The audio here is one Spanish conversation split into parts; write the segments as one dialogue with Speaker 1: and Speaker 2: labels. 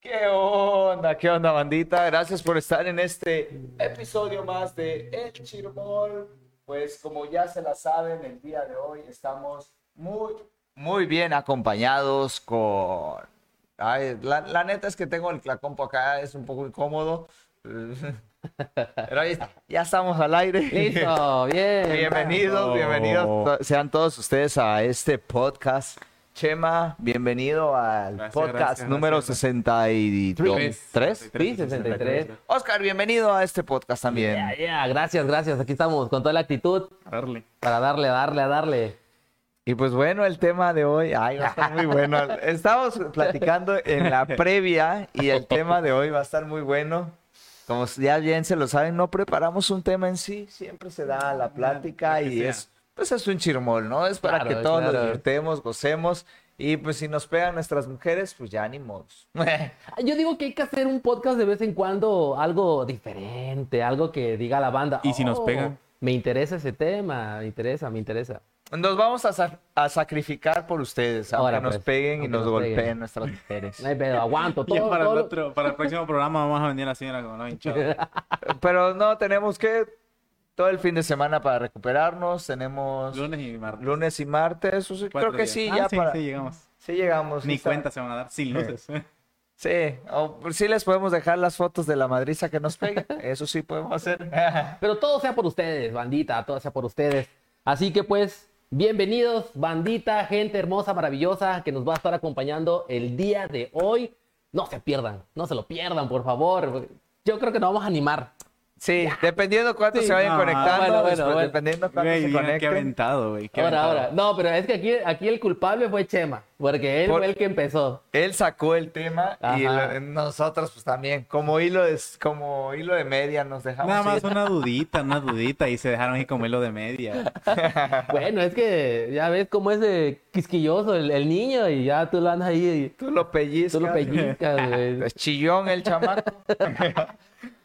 Speaker 1: ¿Qué onda? ¿Qué onda, bandita? Gracias por estar en este episodio más de El Chirmol. Pues como ya se la saben, el día de hoy estamos muy, muy bien acompañados con... Ay, la, la neta es que tengo el clacompo acá, es un poco incómodo. Pero ahí está, ya estamos al aire.
Speaker 2: Listo, bien.
Speaker 3: Oh.
Speaker 1: Bienvenidos, bienvenidos to- sean todos ustedes a este podcast. Chema, bienvenido al
Speaker 3: Gracias,
Speaker 1: podcast
Speaker 3: gracias,
Speaker 1: número
Speaker 3: gracias.
Speaker 1: 63. ¿Tres?
Speaker 2: Sí, 63.
Speaker 1: Oscar, bienvenido a este podcast también.
Speaker 2: Ya, ya, gracias, gracias. Aquí estamos con toda la actitud
Speaker 3: A darle.
Speaker 2: para darle, a darle, a darle.
Speaker 1: Y pues bueno, el tema de hoy, ay, va a estar muy bueno. Estamos platicando en la previa y el tema de hoy va a estar muy bueno. Como ya bien se lo saben, no preparamos un tema en sí, siempre se da la plática
Speaker 3: lo que
Speaker 1: y
Speaker 3: sea.
Speaker 1: es, pues es un chirmol, ¿no? Es para
Speaker 2: Claro,
Speaker 1: que todos nos
Speaker 2: claro.
Speaker 1: divertemos, gocemos y pues si nos pegan nuestras mujeres, pues ya ni modos.
Speaker 2: Ah, Yo digo que hay que hacer un podcast de vez en cuando, algo diferente, algo que diga la banda.
Speaker 3: ¿Y si nos
Speaker 2: "Oh,
Speaker 3: pegan?"
Speaker 2: Me interesa ese tema, me interesa, me interesa.
Speaker 1: Nos vamos a, sa- a sacrificar por ustedes, aunque
Speaker 2: Ahora,
Speaker 1: nos
Speaker 2: pues,
Speaker 1: peguen y
Speaker 2: aunque
Speaker 1: nos,
Speaker 2: nos peguen.
Speaker 1: golpeen nuestras mujeres.
Speaker 2: No hay pedo, aguanto.
Speaker 3: Ya
Speaker 2: Todo,
Speaker 3: para
Speaker 2: todo
Speaker 3: el
Speaker 2: lo-
Speaker 3: otro, para el próximo programa vamos a venir a la señora con la hinchada.
Speaker 1: Pero no, tenemos que todo el fin de semana para recuperarnos. Tenemos lunes,
Speaker 3: Lunes
Speaker 1: y
Speaker 3: y martes.
Speaker 1: martes. o sea, creo
Speaker 3: Cuatro
Speaker 1: que
Speaker 3: días.
Speaker 1: sí,
Speaker 3: Ah,
Speaker 1: ya
Speaker 3: sí,
Speaker 1: para-
Speaker 3: sí, llegamos.
Speaker 1: sí llegamos.
Speaker 3: Ni
Speaker 1: sí está-
Speaker 3: cuenta se van a dar sin luces.
Speaker 1: Sí, o pues sí les podemos dejar las fotos de la madriza que nos pegue. Eso sí podemos hacer.
Speaker 2: Pero todo sea por ustedes, bandita, todo sea por ustedes. Así que pues, bienvenidos, bandita, gente hermosa, maravillosa, que nos va a estar acompañando el día de hoy. No se pierdan, no se lo pierdan, por favor. Yo creo que nos vamos a animar.
Speaker 1: Sí, dependiendo cuántos
Speaker 3: Sí,
Speaker 1: se vayan
Speaker 3: no,
Speaker 1: conectando,
Speaker 2: bueno, bueno,
Speaker 1: después
Speaker 2: bueno.
Speaker 1: dependiendo cuántos
Speaker 3: Güey,
Speaker 1: se
Speaker 3: mira, qué
Speaker 1: conecten.
Speaker 3: aventado, güey. qué
Speaker 2: Ahora,
Speaker 3: aventado.
Speaker 2: ahora. No, pero es que aquí, aquí el culpable fue Chema, porque él
Speaker 1: Por-
Speaker 2: fue el que empezó.
Speaker 1: Él sacó el tema y
Speaker 2: Ajá.
Speaker 1: lo- nosotros pues también, como hilo de, como hilo de media nos dejamos.
Speaker 3: Nada
Speaker 1: ir.
Speaker 3: más una dudita, una dudita y se dejaron ir como hilo de media.
Speaker 2: Bueno, es que ya ves cómo es eh, quisquilloso el, el niño y ya tú lo andas ahí
Speaker 1: Tú lo
Speaker 2: y
Speaker 1: pellizcas.
Speaker 2: tú lo pellizcas, güey.
Speaker 1: Es chillón el chamaco.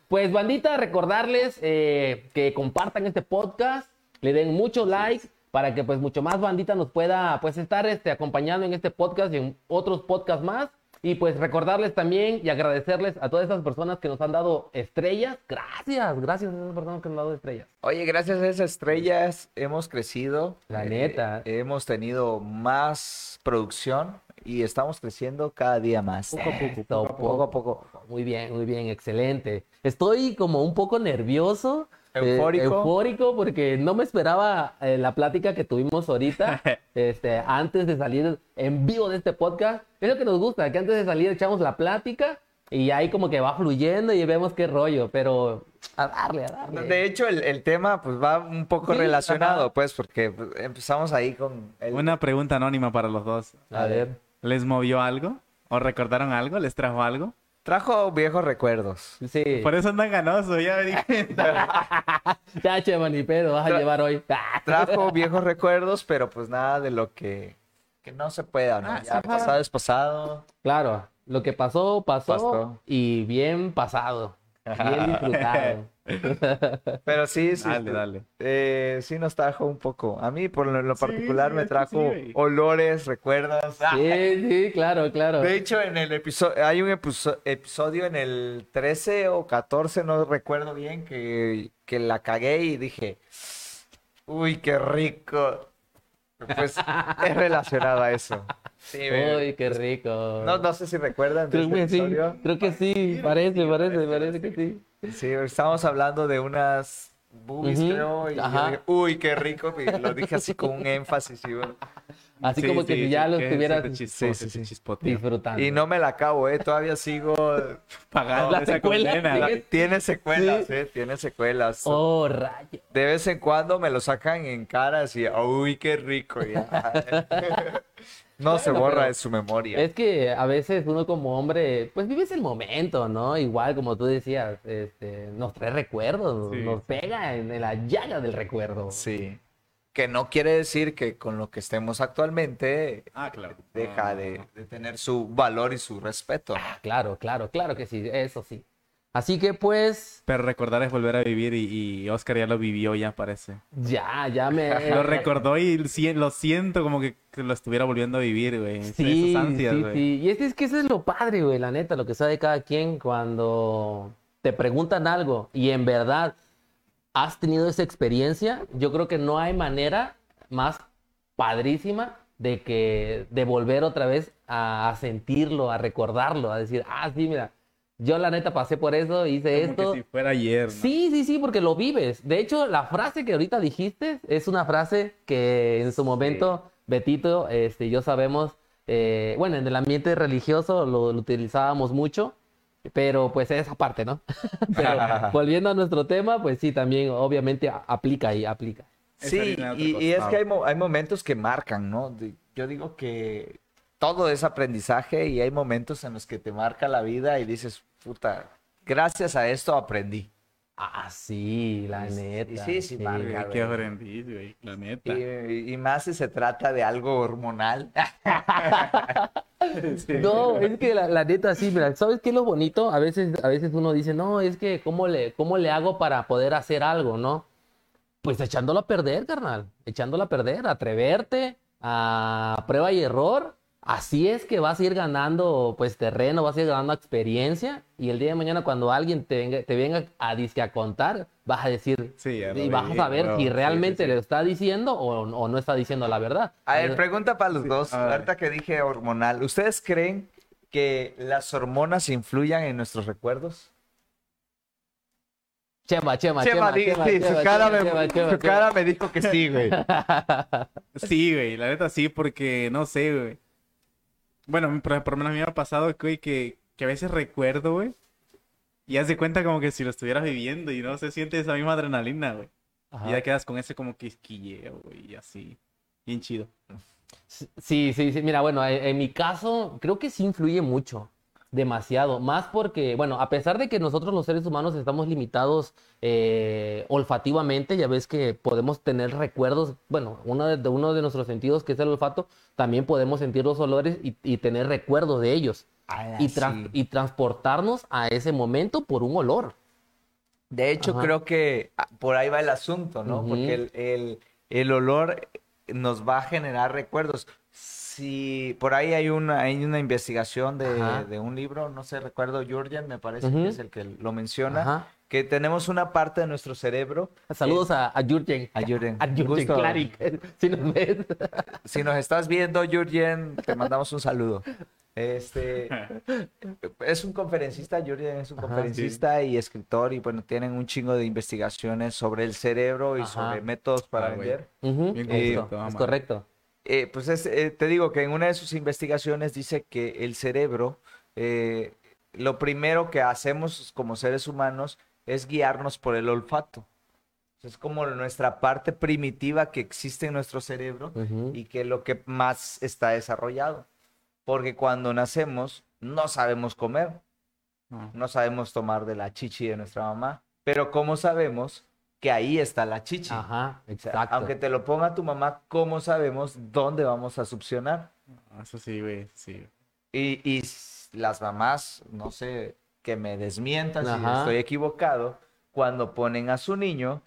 Speaker 2: Pues bandita, recordarles eh, que compartan este podcast, le den muchos likes para que pues mucho más bandita nos pueda pues estar este, acompañando en este podcast y en otros podcasts más. Y pues recordarles también y agradecerles a todas esas personas que nos han dado estrellas. Gracias, gracias a esas personas que nos han dado estrellas.
Speaker 1: Oye, gracias a esas estrellas hemos crecido.
Speaker 2: La neta.
Speaker 1: Eh, hemos tenido más producción y estamos creciendo cada día más.
Speaker 2: Poco a poco,
Speaker 1: Esto,
Speaker 2: poco a poco.
Speaker 1: a poco.
Speaker 2: Muy bien, muy bien, excelente. Estoy como un poco nervioso. eh,
Speaker 1: Eufórico.
Speaker 2: eufórico porque no me esperaba eh, la plática que tuvimos ahorita, este, antes de salir en vivo de este podcast. Es lo que nos gusta, que antes de salir echamos la plática y ahí como que va fluyendo y vemos qué rollo, pero a darle, a darle.
Speaker 1: De hecho, el, el tema pues va un poco
Speaker 2: Sí,
Speaker 1: relacionado,
Speaker 2: ajá.
Speaker 1: pues, porque pues, empezamos ahí con el-
Speaker 3: Una pregunta anónima para los dos.
Speaker 2: A ver.
Speaker 3: ¿Les movió algo? ¿O recordaron algo? ¿Les trajo algo?
Speaker 1: trajo viejos recuerdos.
Speaker 2: Sí,
Speaker 3: Por eso andan ganoso, ya me di cuenta.
Speaker 2: ya Chema, ni pedo, vas a
Speaker 1: Tra-
Speaker 2: llevar hoy. Ah,
Speaker 1: Trajo viejos recuerdos, pero pues nada de lo que, que no se pueda, ¿no?
Speaker 3: Ah,
Speaker 1: ya
Speaker 3: sí,
Speaker 1: pasado es pasado.
Speaker 2: Claro, lo que pasó, pasó
Speaker 1: Pasó.
Speaker 2: y bien pasado, bien disfrutado.
Speaker 1: Pero sí, sí.
Speaker 3: Dale,
Speaker 1: sí.
Speaker 3: dale.
Speaker 1: Eh, sí nos trajo un poco. A mí, por lo, lo
Speaker 3: Sí,
Speaker 1: particular,
Speaker 3: sí,
Speaker 1: me
Speaker 3: es que
Speaker 1: trajo
Speaker 3: sí, güey.
Speaker 1: olores, recuerdas.
Speaker 2: Ah. Sí, sí, claro, claro.
Speaker 1: De hecho, en el episodio, hay un episo- episodio en el 13 o 14, no recuerdo bien, que, que la cagué y dije, uy, qué rico. Pues es relacionado a eso. Sí,
Speaker 2: Uy, qué rico.
Speaker 1: no, no sé si recuerdan de
Speaker 2: creo
Speaker 1: ese
Speaker 2: que sí,
Speaker 1: episodio.
Speaker 2: creo que sí, parece, parece, parece que sí.
Speaker 1: Sí, estábamos hablando de unas boobies,
Speaker 2: Ujú,
Speaker 1: creo, y yo
Speaker 2: ajá.
Speaker 1: dije, uy, qué rico, y lo dije así con un énfasis. y bueno.
Speaker 2: Así
Speaker 3: Sí,
Speaker 2: como que
Speaker 3: sí,
Speaker 2: si
Speaker 3: sí,
Speaker 2: ya lo
Speaker 3: que
Speaker 2: estuvieras
Speaker 3: se te chispó,
Speaker 1: Sí,
Speaker 3: se
Speaker 1: sí,
Speaker 3: te
Speaker 1: sí.
Speaker 3: chispoteó.
Speaker 2: disfrutando.
Speaker 1: Y no me la acabo, ¿eh? Todavía sigo...
Speaker 3: Pagando
Speaker 2: La
Speaker 3: esa
Speaker 2: secuela,
Speaker 3: condena.
Speaker 2: sí.
Speaker 1: La- Tiene secuelas, ¿eh? Tiene secuelas.
Speaker 2: Oh, rayo.
Speaker 1: De vez en cuando me lo sacan en cara así, uy, qué rico. y- no se
Speaker 2: Bueno,
Speaker 1: borra
Speaker 2: pero-
Speaker 1: de su memoria.
Speaker 2: Es que a veces uno como hombre, pues vives el momento, ¿no? Igual como tú decías, este, nos trae recuerdos,
Speaker 3: Sí.
Speaker 2: nos pega en, en la llaga del recuerdo.
Speaker 1: Sí. Que no quiere decir que con lo que estemos actualmente
Speaker 3: Ah, claro.
Speaker 1: deja de, de tener su valor y su respeto. ¿no?
Speaker 2: Ah, Claro, claro, claro que sí, eso sí. Así que pues,
Speaker 3: Pero recordar es volver a vivir y, y Oscar ya lo vivió, ya parece.
Speaker 2: ya, Ah, ya me...
Speaker 3: Lo recordó y si- lo siento como que que lo estuviera volviendo a vivir, güey. Entre
Speaker 2: Sí,
Speaker 3: esas ansias,
Speaker 2: sí,
Speaker 3: güey.
Speaker 2: sí. Y es, es que eso es lo padre, güey, la neta, lo que sabe cada quien cuando te preguntan algo y en verdad has tenido esa experiencia, yo creo que no hay manera más padrísima de que de volver otra vez a, a sentirlo, a recordarlo, a decir, ah, sí, mira, yo la neta pasé por eso, hice
Speaker 3: Como que
Speaker 2: esto.
Speaker 3: si fuera ayer, ¿no?
Speaker 2: Sí, sí, sí, porque lo vives. De hecho, la frase que ahorita dijiste es una frase que en su momento Betito, este, yo sabemos, eh, bueno, en el ambiente religioso lo, lo utilizábamos mucho, pero pues esa parte, ¿no? Pero volviendo a nuestro tema, pues sí, también obviamente a- aplica ahí, aplica.
Speaker 3: Es
Speaker 1: Sí,
Speaker 3: harina de otro
Speaker 1: y, y es
Speaker 3: costal.
Speaker 1: que hay, mo- hay momentos que marcan, ¿no? De- Yo digo que todo es aprendizaje y hay momentos en los que te marca la vida y dices, puta, gracias a esto aprendí.
Speaker 2: Ah, sí, la
Speaker 1: Sí,
Speaker 2: neta.
Speaker 1: sí, sí,
Speaker 3: Güey,
Speaker 1: marca.
Speaker 3: qué aprendí, güey, la neta.
Speaker 1: Y, y más si se trata de algo hormonal.
Speaker 2: No, es que la, la neta, sí, mira, ¿sabes qué es lo bonito? A veces, a veces uno dice, no, es que ¿cómo le, cómo le hago para poder hacer algo, no? Pues echándolo a perder, carnal, echándolo a perder, atreverte a prueba y error. Así es que vas a ir ganando, pues, terreno, vas a ir ganando experiencia y el día de mañana cuando alguien te venga, te venga a disque a contar, vas a decir,
Speaker 3: Sí, ya lo
Speaker 2: y vas a
Speaker 3: viví,
Speaker 2: saber
Speaker 3: huevo,
Speaker 2: si
Speaker 3: sí, sí,
Speaker 2: realmente
Speaker 3: sí.
Speaker 2: le está diciendo o, o no está diciendo la verdad. Eh,
Speaker 1: A ver, pregunta para los dos.
Speaker 3: a ver.
Speaker 1: Ahorita que dije hormonal, ¿ustedes creen que las hormonas influyan en nuestros recuerdos?
Speaker 2: Chema, Chema,
Speaker 1: Chema,
Speaker 2: Chema,
Speaker 1: di-
Speaker 2: Chema,
Speaker 1: sí,
Speaker 2: Chema,
Speaker 1: su cara,
Speaker 2: Chema,
Speaker 1: me,
Speaker 2: Chema,
Speaker 1: su
Speaker 2: Chema, Chema.
Speaker 1: cara me dijo que sí, güey.
Speaker 3: Sí, güey, la neta sí, porque no sé, güey. Bueno, por, por lo menos a mí me ha pasado, güey, que, que a veces recuerdo, güey, y haz de cuenta como que si lo estuvieras viviendo y no se siente esa misma adrenalina, güey.
Speaker 2: Ajá.
Speaker 3: Y ya quedas con ese como quisquilleo, güey, y así. Bien chido.
Speaker 2: Sí, sí, sí. Mira, bueno, eh, en, en mi caso, creo que sí influye mucho. Demasiado. Más porque, bueno, a pesar de que nosotros los seres humanos estamos limitados eh, olfativamente, ya ves que podemos tener recuerdos, bueno, uno de, de uno de nuestros sentidos, que es el olfato, también podemos sentir los olores y, y tener recuerdos de ellos. Y, trans- y transportarnos a ese momento por un olor.
Speaker 1: De hecho,
Speaker 2: Ajá.
Speaker 1: creo que ah, por ahí va el asunto, ¿no?
Speaker 2: Ujú.
Speaker 1: Porque el, el- el olor eh, nos va a generar recuerdos. Si por ahí hay una, hay una investigación
Speaker 2: Ajá.
Speaker 1: de, de un libro, no sé, recuerdo, Jurgen, me parece
Speaker 2: Ujú.
Speaker 1: que es el que lo menciona,
Speaker 2: Ajá.
Speaker 1: que tenemos una parte de nuestro cerebro.
Speaker 2: Saludos a, a Jürgen.
Speaker 1: Eh, A Jürgen.
Speaker 2: A Jürgen
Speaker 1: Gusto.
Speaker 2: Claric. Si nos ves.
Speaker 1: Si nos estás viendo, Jurgen, te mandamos un saludo. Este, es un conferencista, Jurgen es un
Speaker 2: Ajá.
Speaker 1: conferencista y escritor y bueno, tienen un chingo de investigaciones sobre el cerebro y
Speaker 2: Ajá.
Speaker 1: sobre métodos para
Speaker 3: Ah, güey.
Speaker 1: vender.
Speaker 2: Ujú, es
Speaker 3: Bien correcto,
Speaker 2: correcto, es
Speaker 3: ama.
Speaker 2: correcto.
Speaker 1: Eh, pues es, eh, te digo que en una de sus investigaciones dice que el cerebro, eh, lo primero que hacemos como seres humanos es guiarnos por el olfato. Es como nuestra parte primitiva que existe en nuestro cerebro
Speaker 2: Ujú.
Speaker 1: y que lo que más está desarrollado. Porque cuando nacemos no sabemos comer,
Speaker 3: No.
Speaker 1: no sabemos tomar de la chichi de nuestra mamá, pero ¿cómo sabemos que ahí está la chichi?
Speaker 2: Ajá,
Speaker 1: O sea,
Speaker 2: exacto.
Speaker 1: aunque te lo ponga tu mamá, ¿cómo sabemos dónde vamos a succionar?
Speaker 3: Eso sí, güey, sí.
Speaker 1: Y, y s- las mamás, no sé, que me desmientan si
Speaker 2: Ajá.
Speaker 1: estoy equivocado, cuando ponen a su niño,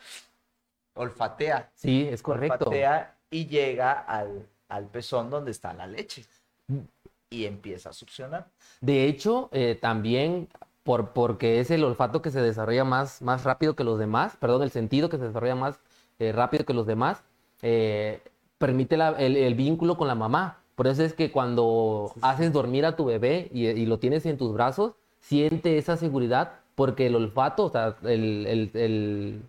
Speaker 1: olfatea,
Speaker 2: Sí, es correcto.
Speaker 1: olfatea y llega al, al pezón donde está la leche y empieza a succionar.
Speaker 2: De hecho, eh, también por, porque es el olfato que se desarrolla más, más rápido que los demás, perdón, el sentido que se desarrolla más eh, rápido que los demás, eh, permite la- el, el vínculo con la mamá. Por eso es que cuando haces dormir a tu bebé y, y lo tienes en tus brazos, siente esa seguridad porque el olfato, o sea, el, el- el-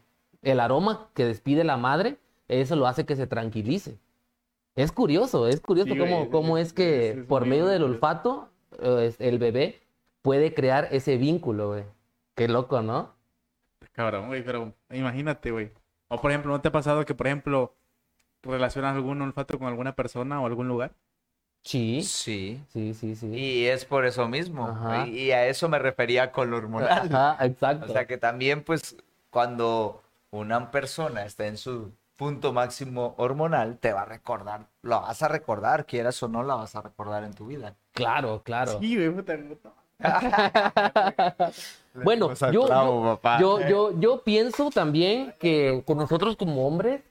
Speaker 2: el aroma que despide la madre, eso lo hace que se tranquilice. Es curioso, es curioso
Speaker 3: Sí,
Speaker 2: cómo,
Speaker 3: güey,
Speaker 2: cómo
Speaker 3: es-
Speaker 2: es que
Speaker 3: es- es
Speaker 2: por
Speaker 3: muy
Speaker 2: medio del
Speaker 3: curioso.
Speaker 2: olfato eh, es- el bebé puede crear ese vínculo, güey. Qué loco, ¿no?
Speaker 3: Cabrón, güey, pero imagínate, güey. O por ejemplo, ¿no te ha pasado que, por ejemplo, relacionas algún olfato con alguna persona o algún lugar?
Speaker 2: Sí,
Speaker 1: Sí.
Speaker 2: sí, sí, sí.
Speaker 1: Y es por eso mismo.
Speaker 2: Ajá.
Speaker 1: Y, y a eso me refería con lo hormonal.
Speaker 2: Ajá, exacto.
Speaker 1: O sea que también, pues, cuando una persona está en su punto máximo hormonal, te va a recordar, lo vas a recordar, quieras o no, la vas a recordar en tu vida.
Speaker 2: Claro, claro.
Speaker 3: Sí, güey, puta, puta.
Speaker 2: Bueno,
Speaker 1: Cosa
Speaker 2: yo,
Speaker 1: clavo,
Speaker 2: yo-
Speaker 1: papá.
Speaker 2: yo, yo, yo pienso también que, que nosotros como hombres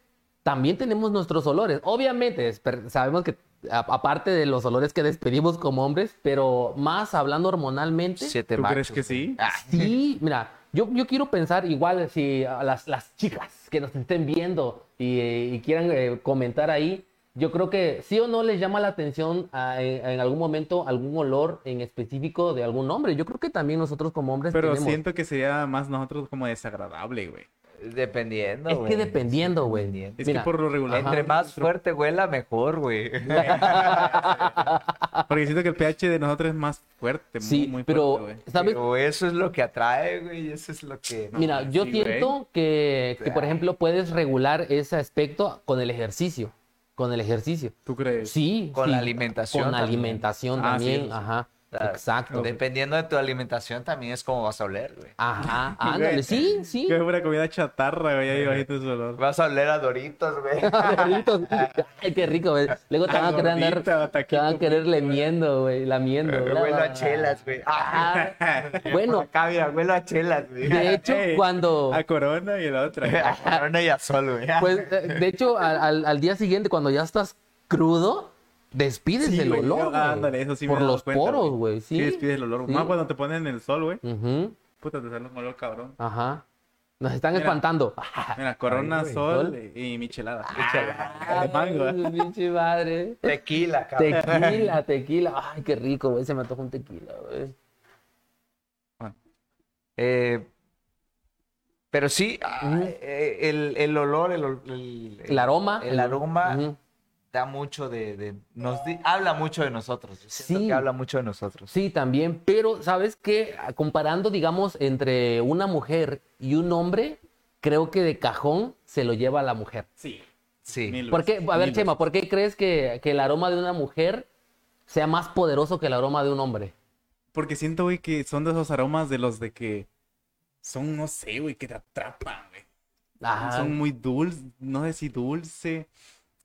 Speaker 2: también tenemos nuestros olores. Obviamente, esper- sabemos que a- aparte de los olores que despedimos como hombres, pero más hablando hormonalmente.
Speaker 1: Siete
Speaker 3: ¿Tú crees
Speaker 1: machos,
Speaker 3: que sí?
Speaker 2: Ah, sí, mira, yo, yo quiero pensar igual si a las, las chicas que nos estén viendo y, eh, y quieran eh, comentar ahí, yo creo que sí o no les llama la atención ah, en, en algún momento algún olor en específico de algún hombre. Yo creo que también nosotros como hombres
Speaker 3: Pero
Speaker 2: Ah, tenemos.
Speaker 3: siento que sería más nosotros como desagradable, güey.
Speaker 1: Dependiendo,
Speaker 2: es que
Speaker 1: güey.
Speaker 2: dependiendo, güey.
Speaker 3: Es
Speaker 2: Mira,
Speaker 3: que por lo regular.
Speaker 2: Ajá.
Speaker 1: Entre más fuerte huela, mejor, güey.
Speaker 3: Porque siento que el pH de nosotros es más fuerte, muy,
Speaker 2: sí,
Speaker 3: muy
Speaker 2: pero
Speaker 3: fuerte, güey.
Speaker 2: sabes,
Speaker 1: Pero eso es lo que atrae, güey. Eso es lo que. no.
Speaker 2: mira, yo
Speaker 3: sí, güey.
Speaker 2: siento que, que, por ejemplo puedes regular ese aspecto con el ejercicio, con el ejercicio.
Speaker 3: ¿Tú crees?
Speaker 2: Sí,
Speaker 1: Con
Speaker 2: sí,
Speaker 1: la alimentación
Speaker 2: con
Speaker 1: también.
Speaker 2: alimentación
Speaker 3: Ah,
Speaker 2: también,
Speaker 3: sí, sí.
Speaker 2: ajá,
Speaker 1: Claro.
Speaker 2: exacto.
Speaker 1: Dependiendo de tu alimentación, también es como vas a oler, güey.
Speaker 2: Ajá, ándale, sí, sí.
Speaker 3: Que es una comida chatarra, güey, ahí bajito su olor.
Speaker 1: Vas a oler a Doritos, güey.
Speaker 2: Doritos. Ay, qué rico, güey. Luego te
Speaker 3: Ah,
Speaker 2: van a querer andar, te
Speaker 3: gordita,
Speaker 2: van a
Speaker 3: taquito,
Speaker 2: querer lemiendo, güey, lamiendo. bla,
Speaker 1: Huelo
Speaker 2: bla,
Speaker 1: a
Speaker 2: bla.
Speaker 1: chelas, güey. Ah,
Speaker 2: Ajá.
Speaker 1: por
Speaker 2: Bueno,
Speaker 1: acá, mira, huelo a chelas, güey.
Speaker 2: de hecho,
Speaker 3: Ey,
Speaker 2: cuando...
Speaker 3: A Corona y la otra.
Speaker 1: A Corona y a Sol, güey.
Speaker 2: Pues, eh, de hecho, al, al- al día siguiente, cuando ya estás crudo, despides
Speaker 3: Sí,
Speaker 2: el
Speaker 3: güey,
Speaker 2: olor.
Speaker 3: yo-
Speaker 2: güey.
Speaker 3: Ah, ándale, eso sí me
Speaker 2: Por
Speaker 3: he dado
Speaker 2: los
Speaker 3: cuenta,
Speaker 2: poros, güey, sí.
Speaker 3: Sí, despides el olor.
Speaker 2: Sí.
Speaker 3: Más cuando te ponen en el sol, güey.
Speaker 2: Ujú,
Speaker 3: Puta, te sale un olor cabrón.
Speaker 2: Ajá. Nos están
Speaker 3: Mira.
Speaker 2: espantando.
Speaker 3: Mira, Corona,
Speaker 2: güey,
Speaker 3: sol,
Speaker 2: sol. Ah,
Speaker 3: y michelada.
Speaker 2: Ay,
Speaker 3: de mango, ¿eh?
Speaker 2: pinche madre.
Speaker 1: Tequila, cabrón.
Speaker 2: Tequila, tequila. Ay, qué rico, güey. Se me antoja un tequila, güey.
Speaker 1: Eh, pero sí, ah, eh, el, el olor, el, ol- el-
Speaker 2: El aroma.
Speaker 1: el aroma
Speaker 2: Ujú.
Speaker 1: da mucho de, de- nos di- habla mucho de nosotros. Yo siento
Speaker 2: Sí.
Speaker 1: que habla mucho de nosotros.
Speaker 2: Sí, también, pero sabes que comparando, digamos, entre una mujer y un hombre, creo que de cajón se lo lleva la mujer.
Speaker 3: Sí.
Speaker 1: Sí.
Speaker 3: Mil
Speaker 2: ¿Por qué?
Speaker 3: veces,
Speaker 2: A ver,
Speaker 3: mil
Speaker 2: Chema, ¿por qué crees que, que el aroma de una mujer sea más poderoso que el aroma de un hombre?
Speaker 3: Porque siento, güey, que son de esos aromas de los de que son, no sé, güey, que te atrapan, güey.
Speaker 2: Ajá.
Speaker 3: Son muy dulces, no sé si dulce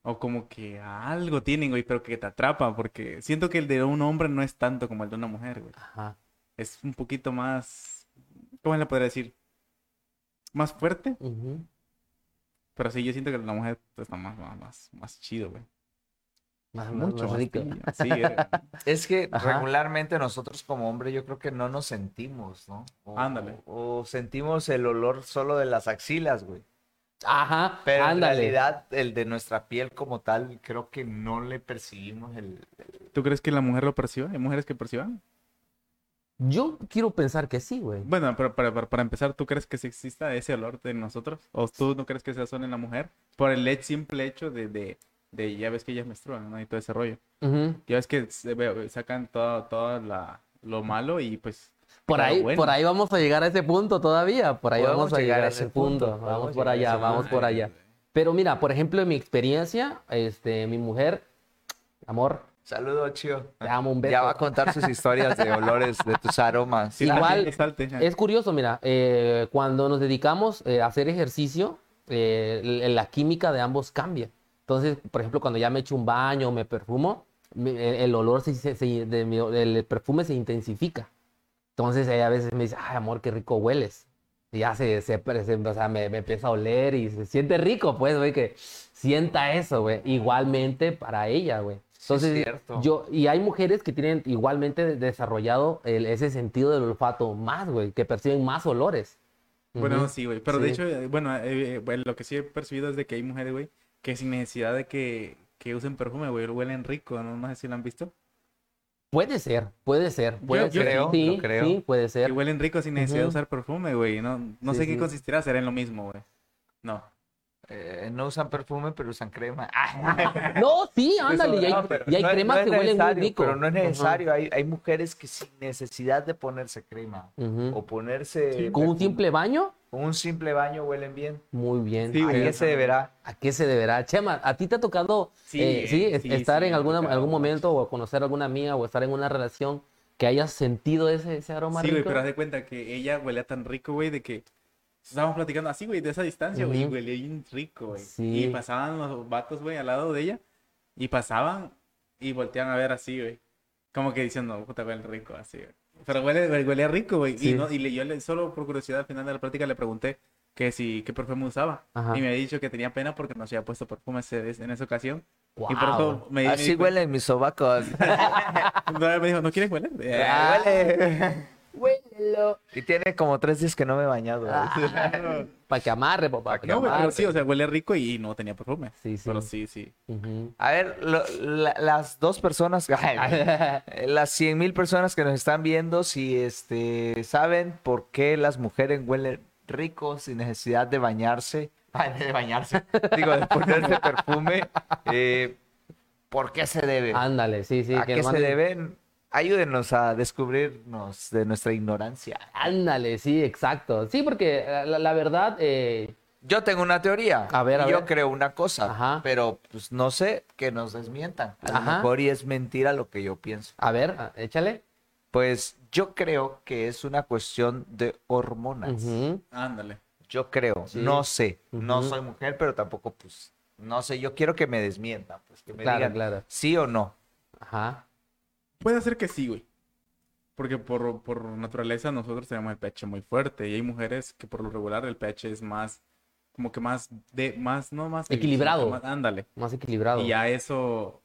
Speaker 3: o como que algo tienen, güey, pero que te atrapan. Porque siento que el de un hombre no es tanto como el de una mujer, güey.
Speaker 2: Ajá.
Speaker 3: Es un poquito más, ¿cómo le podría decir? Más fuerte,
Speaker 2: Ujú.
Speaker 3: pero sí, yo siento que la mujer pues, está más, más, más, más chido, güey.
Speaker 2: Más, más-
Speaker 3: Mucho
Speaker 2: más
Speaker 3: más
Speaker 2: rico.
Speaker 3: piña. Sí, eh.
Speaker 1: Es que
Speaker 2: Ajá.
Speaker 1: regularmente nosotros como hombre yo creo que no nos sentimos, ¿no? O-
Speaker 3: Ándale.
Speaker 1: O, sentimos el olor solo de las axilas, güey.
Speaker 2: Ajá.
Speaker 1: Pero
Speaker 2: ándale.
Speaker 1: en realidad el de nuestra piel como tal creo que no le percibimos el...
Speaker 3: ¿Tú crees que la mujer lo perciba? ¿Hay mujeres que perciban?
Speaker 2: Yo quiero pensar que sí, güey.
Speaker 3: Bueno, pero para, para- para empezar, ¿tú crees que sí exista ese olor de nosotros? ¿O tú no crees que sea solo en la mujer? Por el he- simple hecho de, de, de- ya ves que ellas menstruan, ¿no? Y todo ese rollo.
Speaker 2: Ujú.
Speaker 3: Ya ves que se ve- sacan todo, todo la, lo malo y pues...
Speaker 2: Por
Speaker 3: queda
Speaker 2: ahí,
Speaker 3: bueno.
Speaker 2: por ahí vamos a llegar a ese punto todavía. Por ahí
Speaker 1: Podemos
Speaker 2: vamos a llegar a ese punto. Vamos
Speaker 1: podemos
Speaker 2: por
Speaker 1: llegar a
Speaker 2: allá,
Speaker 1: ese
Speaker 2: vamos
Speaker 1: punto.
Speaker 2: por allá. Pero mira, por ejemplo, en mi experiencia, este, mi mujer, amor,
Speaker 1: Saludo, Chio.
Speaker 2: te amo un beso.
Speaker 1: Ya va a contar sus historias de olores, de tus aromas.
Speaker 3: Sí,
Speaker 2: Igual,
Speaker 3: también salte, ajá.
Speaker 2: Es curioso, mira, eh, cuando nos dedicamos eh, a hacer ejercicio, eh, l- la química de ambos cambia. Entonces, por ejemplo, cuando ya me echo un baño o me perfumo, mi- el, el olor se- se- se- de mi- del perfume se intensifica. Entonces ella a veces me dice, ay amor, qué rico hueles. Y ya se, se, pre- se- o sea, me, me empieza a oler y se siente rico, pues, güey, que sienta eso, güey. Igualmente para ella, güey.
Speaker 1: Sí, es
Speaker 2: Entonces,
Speaker 1: cierto.
Speaker 2: yo, y hay mujeres que tienen igualmente de- desarrollado el- ese sentido del olfato más, güey, que perciben más olores.
Speaker 3: Bueno,
Speaker 2: Ujú.
Speaker 3: sí, güey. Pero de
Speaker 2: Sí.
Speaker 3: hecho, eh, bueno, eh, eh, bueno, lo que sí he percibido es de que hay mujeres, güey, que sin necesidad de que, que usen perfume, güey, huelen rico, ¿no? No sé si lo han visto.
Speaker 2: Puede ser, puede ser, puede
Speaker 3: yo
Speaker 2: ser.
Speaker 1: creo,
Speaker 2: sí,
Speaker 1: lo creo.
Speaker 2: sí, puede
Speaker 3: Que
Speaker 2: ser.
Speaker 3: huelen rico sin necesidad
Speaker 2: Ujú.
Speaker 3: de usar perfume, güey. No, no
Speaker 2: Sí,
Speaker 3: sé qué
Speaker 2: sí.
Speaker 3: consistirá, será en lo mismo, güey. No.
Speaker 1: Eh, no usan perfume, pero usan crema. Ah.
Speaker 2: No, sí, ándale, y hay,
Speaker 1: No, pero
Speaker 2: y hay
Speaker 1: no es-
Speaker 2: cremas
Speaker 1: no es
Speaker 2: que huelen muy
Speaker 1: necesario,
Speaker 2: rico.
Speaker 1: Pero no es
Speaker 2: Ajá.
Speaker 1: necesario. Hay, hay mujeres que sin necesidad de ponerse crema
Speaker 2: Ujú.
Speaker 1: o ponerse...
Speaker 2: Con un
Speaker 1: perfume,
Speaker 2: simple baño,
Speaker 1: con un simple baño huelen bien.
Speaker 2: muy bien.
Speaker 3: Sí,
Speaker 1: ¿A
Speaker 3: güey.
Speaker 1: qué se deberá?
Speaker 2: ¿A qué se deberá? Chema, ¿a ti te ha tocado
Speaker 3: Sí,
Speaker 2: eh, sí,
Speaker 3: eh,
Speaker 2: es-
Speaker 3: sí,
Speaker 2: estar
Speaker 3: sí,
Speaker 2: en
Speaker 3: me ha
Speaker 2: alguna,
Speaker 3: tocado
Speaker 2: algún
Speaker 3: mucho.
Speaker 2: momento o conocer a alguna amiga o estar en una relación que hayas sentido ese, ese aroma
Speaker 3: Sí, güey,
Speaker 2: rico?
Speaker 3: pero haz de cuenta que ella huele tan rico, güey, de que estábamos platicando así, güey, de esa distancia, güey, y
Speaker 2: Ujú.
Speaker 3: huele bien rico, güey.
Speaker 2: Sí.
Speaker 3: Y pasaban los vatos, güey, al lado de ella, y pasaban y volteaban a ver así, güey. Como que diciendo, puta, huele rico, así, güey. Pero huele, huele rico, güey.
Speaker 2: Sí.
Speaker 3: Y, no, y le- yo le- solo por curiosidad al final de la práctica le pregunté que si, qué perfume usaba.
Speaker 2: Ajá.
Speaker 3: Y me había dicho que tenía pena porque no se había puesto perfume ese- en esa ocasión. Y por
Speaker 2: Guau.
Speaker 3: eso me, me
Speaker 1: Así
Speaker 3: dijo-
Speaker 1: huelen mis sobacos.
Speaker 3: No, me dijo, ¿no quieres hueler? Eh,
Speaker 1: Ah, huele. Y tiene como tres días que no me he bañado. güey.
Speaker 2: Para que amarre, papá. pa' que
Speaker 3: No, güey, pero
Speaker 2: amarre.
Speaker 3: sí, o sea, huele rico y no tenía perfume.
Speaker 2: pues, Sí, sí.
Speaker 3: Pero sí, sí.
Speaker 2: Ujú.
Speaker 1: A ver, lo- la- las dos personas, eh, las 100 mil personas que nos están viendo, si este, saben por qué las mujeres huelen rico sin necesidad de bañarse, Ay, de bañarse, digo, de ponerse perfume, eh, ¿por qué se debe?
Speaker 2: Ándale, sí, Ah, sí.
Speaker 1: ¿A
Speaker 2: que
Speaker 1: qué
Speaker 2: nos
Speaker 1: se
Speaker 2: manden-
Speaker 1: deben? Ayúdenos a descubrirnos de nuestra ignorancia.
Speaker 2: Ándale, sí, exacto. Sí, porque eh, la, la verdad, eh,
Speaker 1: Yo tengo una teoría.
Speaker 2: A ver, a
Speaker 1: y yo
Speaker 2: ver.
Speaker 1: creo una cosa,
Speaker 2: Ajá.
Speaker 1: pero pues no sé que nos desmientan. A
Speaker 2: Ajá.
Speaker 1: lo mejor y es mentira lo que yo pienso.
Speaker 2: a ver, ah, échale.
Speaker 1: Pues yo creo que es una cuestión de hormonas.
Speaker 2: Ujú.
Speaker 3: Ándale.
Speaker 1: Yo creo,
Speaker 2: Sí.
Speaker 1: no sé. No
Speaker 2: Ujú.
Speaker 1: soy mujer, pero tampoco, pues, no sé. Yo quiero que me desmientan, pues, que me
Speaker 2: Claro,
Speaker 1: digan
Speaker 2: claro.
Speaker 1: sí o no.
Speaker 2: Ajá.
Speaker 3: Puede ser que sí, güey. Porque por, por naturaleza nosotros tenemos el pH muy fuerte y hay mujeres que por lo regular el pH es más, como que más, de, más, no más. débil, sino que
Speaker 2: Equilibrado.
Speaker 3: más- ándale.
Speaker 2: Más equilibrado.
Speaker 3: Y ya eso,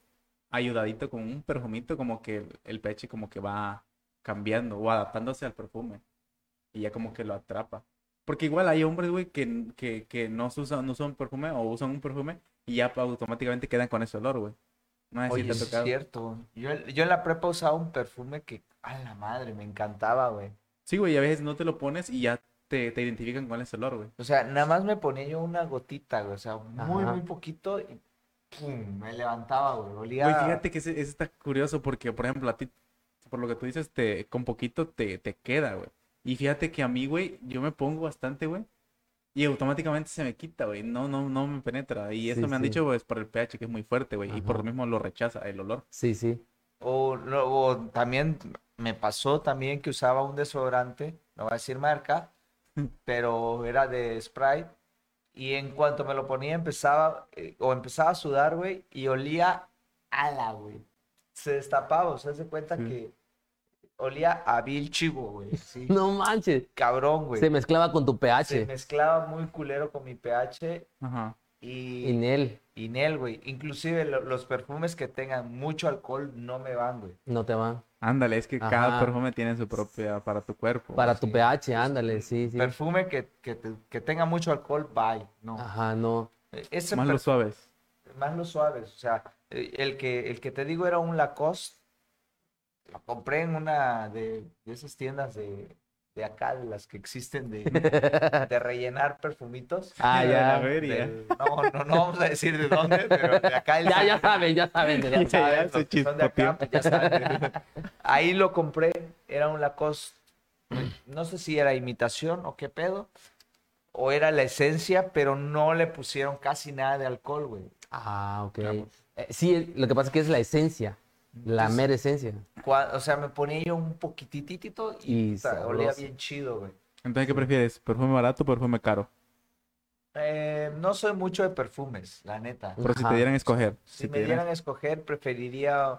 Speaker 3: ayudadito con un perfumito, como que el, el pH como que va cambiando o adaptándose al perfume. Y ya como que lo atrapa. Porque igual hay hombres, güey, que, que, que no, se usan, no usan perfume o usan un perfume y ya pa- automáticamente quedan con ese olor, güey. No sé si
Speaker 1: Oye,
Speaker 3: te ha
Speaker 1: es
Speaker 3: tocado.
Speaker 1: cierto. Yo, yo en la prepa usaba un perfume que, a la madre, me encantaba, güey.
Speaker 3: Sí, güey, a veces no te lo pones y ya te, te identifican cuál es el olor, güey.
Speaker 1: O sea, nada más me ponía yo una gotita, güey. O sea, muy,
Speaker 2: Ajá.
Speaker 1: muy poquito y pum, me levantaba, güey. Olía.
Speaker 3: Güey, fíjate que ese- ese está curioso porque, por ejemplo, a ti, por lo que tú dices, te, con poquito te, te queda, güey. Y fíjate que a mí, güey, yo me pongo bastante, güey. Y automáticamente se me quita, güey. No, no, no me penetra. Y eso
Speaker 2: Sí,
Speaker 3: me han
Speaker 2: sí.
Speaker 3: dicho, pues, por el pH, que es muy fuerte, güey. Y por
Speaker 2: Ajá.
Speaker 3: lo mismo lo rechaza el olor.
Speaker 2: Sí, sí.
Speaker 1: O, no, o también me pasó también que usaba un desodorante, no voy a decir marca, pero era de Sprite. Y en cuanto me lo ponía, empezaba, eh, o empezaba a sudar, güey, y olía ala, güey. Se destapaba, o sea, se cuenta
Speaker 3: Sí.
Speaker 1: que olía a vil chivo, güey. Sí,
Speaker 2: No manches.
Speaker 1: cabrón, güey.
Speaker 2: Se mezclaba con tu pH.
Speaker 1: Pues Se mezclaba muy culero con mi pH
Speaker 3: Ajá.
Speaker 1: y,
Speaker 2: En él.
Speaker 1: y Nel, güey. Inclusive lo- los perfumes que tengan mucho alcohol no me van, güey.
Speaker 2: No te va.
Speaker 3: Ándale, es que
Speaker 2: Ajá.
Speaker 3: cada perfume tiene su propia para tu cuerpo.
Speaker 2: Para tu
Speaker 1: sí.
Speaker 2: pH, ándale, sí, sí.
Speaker 1: Perfume que, que te- que tenga mucho alcohol, bye. No. E,
Speaker 2: Ajá, no.
Speaker 1: Ese
Speaker 3: Más
Speaker 1: per-
Speaker 3: los suaves.
Speaker 1: más los suaves. O sea, eh, el que, el que te digo era un Lacoste. Lo compré en una de, de esas tiendas de, de acá, de las que existen de, de rellenar perfumitos.
Speaker 2: Ah,
Speaker 3: De
Speaker 2: ya.
Speaker 3: la feria.
Speaker 1: Del- no, no, no vamos a decir de dónde, pero de acá el
Speaker 2: Ya, ya saben, ya saben. ya
Speaker 3: Ya,
Speaker 2: saben.
Speaker 1: saben,
Speaker 3: se
Speaker 1: los que son de acá, pues, ya saben. Ahí lo compré, era un Lacoste. No sé si era imitación o qué pedo. O era la esencia, pero no le pusieron casi nada de alcohol, güey.
Speaker 2: Ah, ok.
Speaker 3: Vamos.
Speaker 2: Eh, sí, es- lo que pasa es que es la esencia. La
Speaker 1: Entonces-
Speaker 2: mera esencia.
Speaker 1: Cua- O sea, me ponía yo un poquititito y,
Speaker 2: Y
Speaker 1: puta, olía
Speaker 2: sabroso.
Speaker 1: bien chido, güey.
Speaker 3: Entonces, ¿qué prefieres? ¿Perfume barato o perfume caro?
Speaker 1: Eh, no soy mucho de perfumes, la neta.
Speaker 3: Pero si
Speaker 2: Ajá.
Speaker 3: te dieran a escoger.
Speaker 1: Si me dieran a escoger, preferiría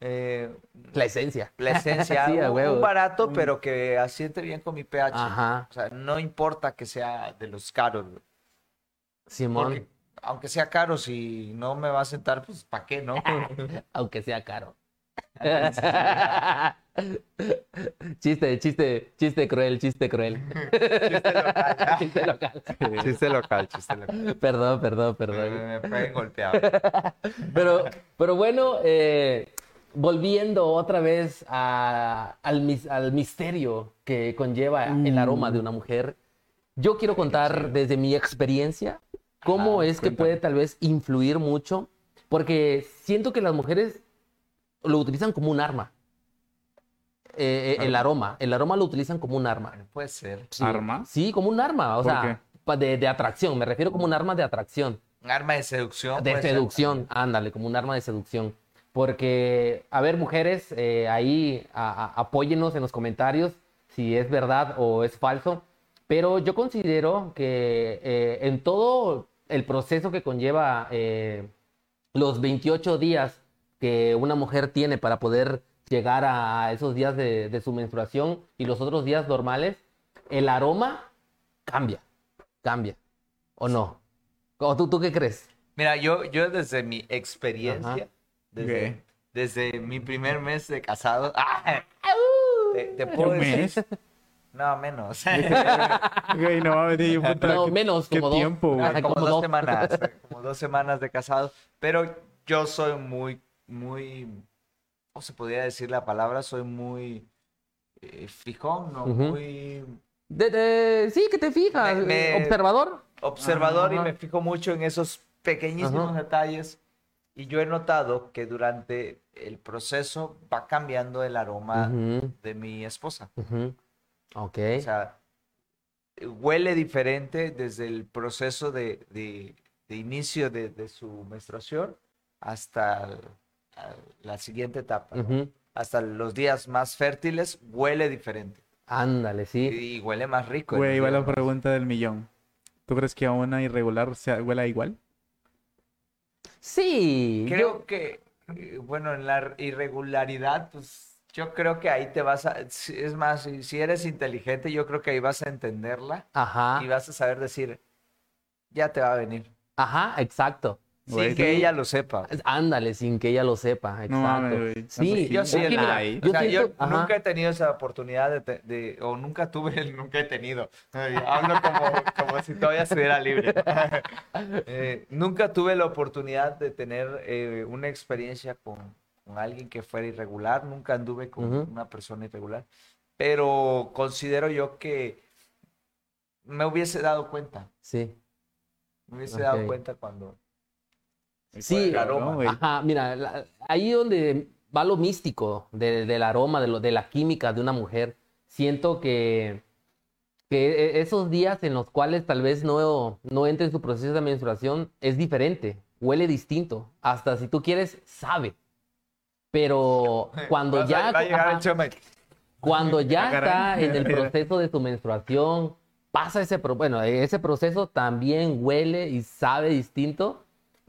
Speaker 1: eh,
Speaker 2: La esencia.
Speaker 1: la esencia,
Speaker 2: Sí, a
Speaker 1: un-
Speaker 2: huevo.
Speaker 1: un barato, pero que asiente bien con mi pH.
Speaker 2: Ajá.
Speaker 1: O sea, no importa que sea de los caros, güey.
Speaker 2: Simón,
Speaker 1: Porque aunque sea caro, si no me va a sentar, pues ¿para qué, no?
Speaker 2: aunque sea caro. chiste, chiste, chiste cruel, chiste cruel.
Speaker 1: chiste local.
Speaker 2: chiste
Speaker 1: chiste local,
Speaker 2: local.
Speaker 1: chiste local.
Speaker 2: Perdón, perdón,
Speaker 1: Me,
Speaker 2: perdón.
Speaker 1: me pueden golpear.
Speaker 2: Pero, pero bueno, eh, volviendo otra vez a- al, mis- al misterio que conlleva el aroma de una mujer, yo quiero contar desde mi experiencia cómo
Speaker 1: Ajá,
Speaker 2: es que puede tal vez influir mucho, porque siento que las mujeres lo utilizan como un arma. Eh, eh, el aroma, el aroma lo utilizan como un arma.
Speaker 1: Puede ser.
Speaker 2: Sí,
Speaker 3: ¿Arma?
Speaker 2: Sí, como un arma, o
Speaker 3: ¿Por
Speaker 2: sea, pa- de, de atracción, me refiero como un arma de atracción.
Speaker 1: Un arma de seducción.
Speaker 2: De
Speaker 1: puede ser. eh,
Speaker 2: seducción, ándale, como un arma de seducción. Porque, a ver, mujeres, eh, ahí a- a- apóyennos en los comentarios si es verdad o es falso. Pero yo considero que eh, en todo el proceso que conlleva eh, los 28 días que una mujer tiene para poder llegar a esos días de, de su menstruación y los otros días normales, el aroma cambia, cambia, ¿o no? ¿O tú, tú qué crees?
Speaker 1: Mira, yo, yo desde mi experiencia,
Speaker 2: Ajá.
Speaker 1: desde,
Speaker 3: Ok.
Speaker 1: desde mi primer mes de casado, ¡ah! te, te puedo
Speaker 3: ¿Un
Speaker 1: decir-
Speaker 3: mes?
Speaker 1: No, menos.
Speaker 3: Güey, no mames, dije, puta,
Speaker 2: No,
Speaker 3: qué-
Speaker 2: menos,
Speaker 3: qué
Speaker 2: como dos.
Speaker 3: tiempo, güey.
Speaker 2: Ajá.
Speaker 1: como,
Speaker 2: como
Speaker 1: dos
Speaker 2: dos.
Speaker 1: semanas, como dos semanas de casado. Pero yo soy muy, muy, ¿cómo se podría decir la palabra? Soy muy eh, fijón, ¿no?
Speaker 2: Ujú.
Speaker 1: Muy
Speaker 2: De- de- sí, que te fijas,
Speaker 1: Me- me-
Speaker 2: eh, observador.
Speaker 1: observador y
Speaker 2: Ajá.
Speaker 1: me fijo mucho en esos pequeñísimos
Speaker 2: Ajá.
Speaker 1: detalles. Y yo he notado que durante el proceso va cambiando el aroma
Speaker 2: Ujú,
Speaker 1: de mi esposa.
Speaker 2: ujú. Ok.
Speaker 1: Ah. O sea, huele diferente desde el proceso de, de- de inicio de, de su menstruación hasta el- a la siguiente etapa. ¿no?
Speaker 2: Ujú.
Speaker 1: Hasta los días más fértiles huele diferente.
Speaker 2: Ándale, sí.
Speaker 1: Y, y huele más rico. en
Speaker 3: Güey,
Speaker 1: los
Speaker 3: igual la
Speaker 1: días más-
Speaker 3: pregunta del millón. ¿Tú crees que a una irregular se huela igual?
Speaker 2: Sí.
Speaker 1: Creo que, eh, bueno, en la irregularidad, pues yo creo que ahí te vas a... si- Es más, si- si eres inteligente, yo creo que ahí vas a entenderla
Speaker 2: Ajá.
Speaker 1: y vas a saber decir, ya te va a venir.
Speaker 2: Ajá, exacto.
Speaker 1: sin
Speaker 3: Güey,
Speaker 1: que
Speaker 3: sí.
Speaker 1: ella lo sepa.
Speaker 2: Ándale, sin que ella lo sepa. Exacto.
Speaker 3: No mames, güey. Ah,
Speaker 2: Sí,
Speaker 3: pues
Speaker 1: Yo sí,
Speaker 2: es que mira,
Speaker 3: ahí.
Speaker 1: O
Speaker 2: yo
Speaker 1: sea,
Speaker 2: siento-
Speaker 1: yo
Speaker 2: ajá.
Speaker 1: nunca he tenido esa oportunidad de, te- de- o nunca tuve, nunca he tenido. Ay, hablo como, como si todavía estuviera libre. Eh, nunca tuve la oportunidad de tener eh, una experiencia con, con alguien que fuera irregular, nunca anduve con
Speaker 2: Ujú.
Speaker 1: una persona irregular, pero considero yo que me hubiese dado cuenta,
Speaker 2: Sí.
Speaker 1: me hubiese dado
Speaker 2: Ok.
Speaker 1: cuenta cuando...
Speaker 2: Sí,
Speaker 3: el aroma,
Speaker 1: aroma.
Speaker 3: güey.
Speaker 2: Ajá, mira, la- ahí donde va lo místico de- del aroma, de, lo, de la química de una mujer. Siento que, que e- esos días en los cuales tal vez no, no entre en su proceso de menstruación es diferente, huele distinto. Hasta si tú quieres, sabe. Pero cuando
Speaker 1: Va-
Speaker 2: ya,
Speaker 1: va a llegar el
Speaker 2: ajá,
Speaker 1: chome.
Speaker 2: cuando ya
Speaker 3: Ah, caray.
Speaker 2: está en el proceso de su menstruación, pasa ese, pro- bueno, ese proceso también huele y sabe distinto.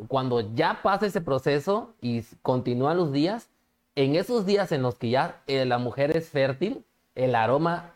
Speaker 2: Cuando ya pasa ese proceso y s- continúan los días, en esos días en los que ya eh, la mujer es fértil, el aroma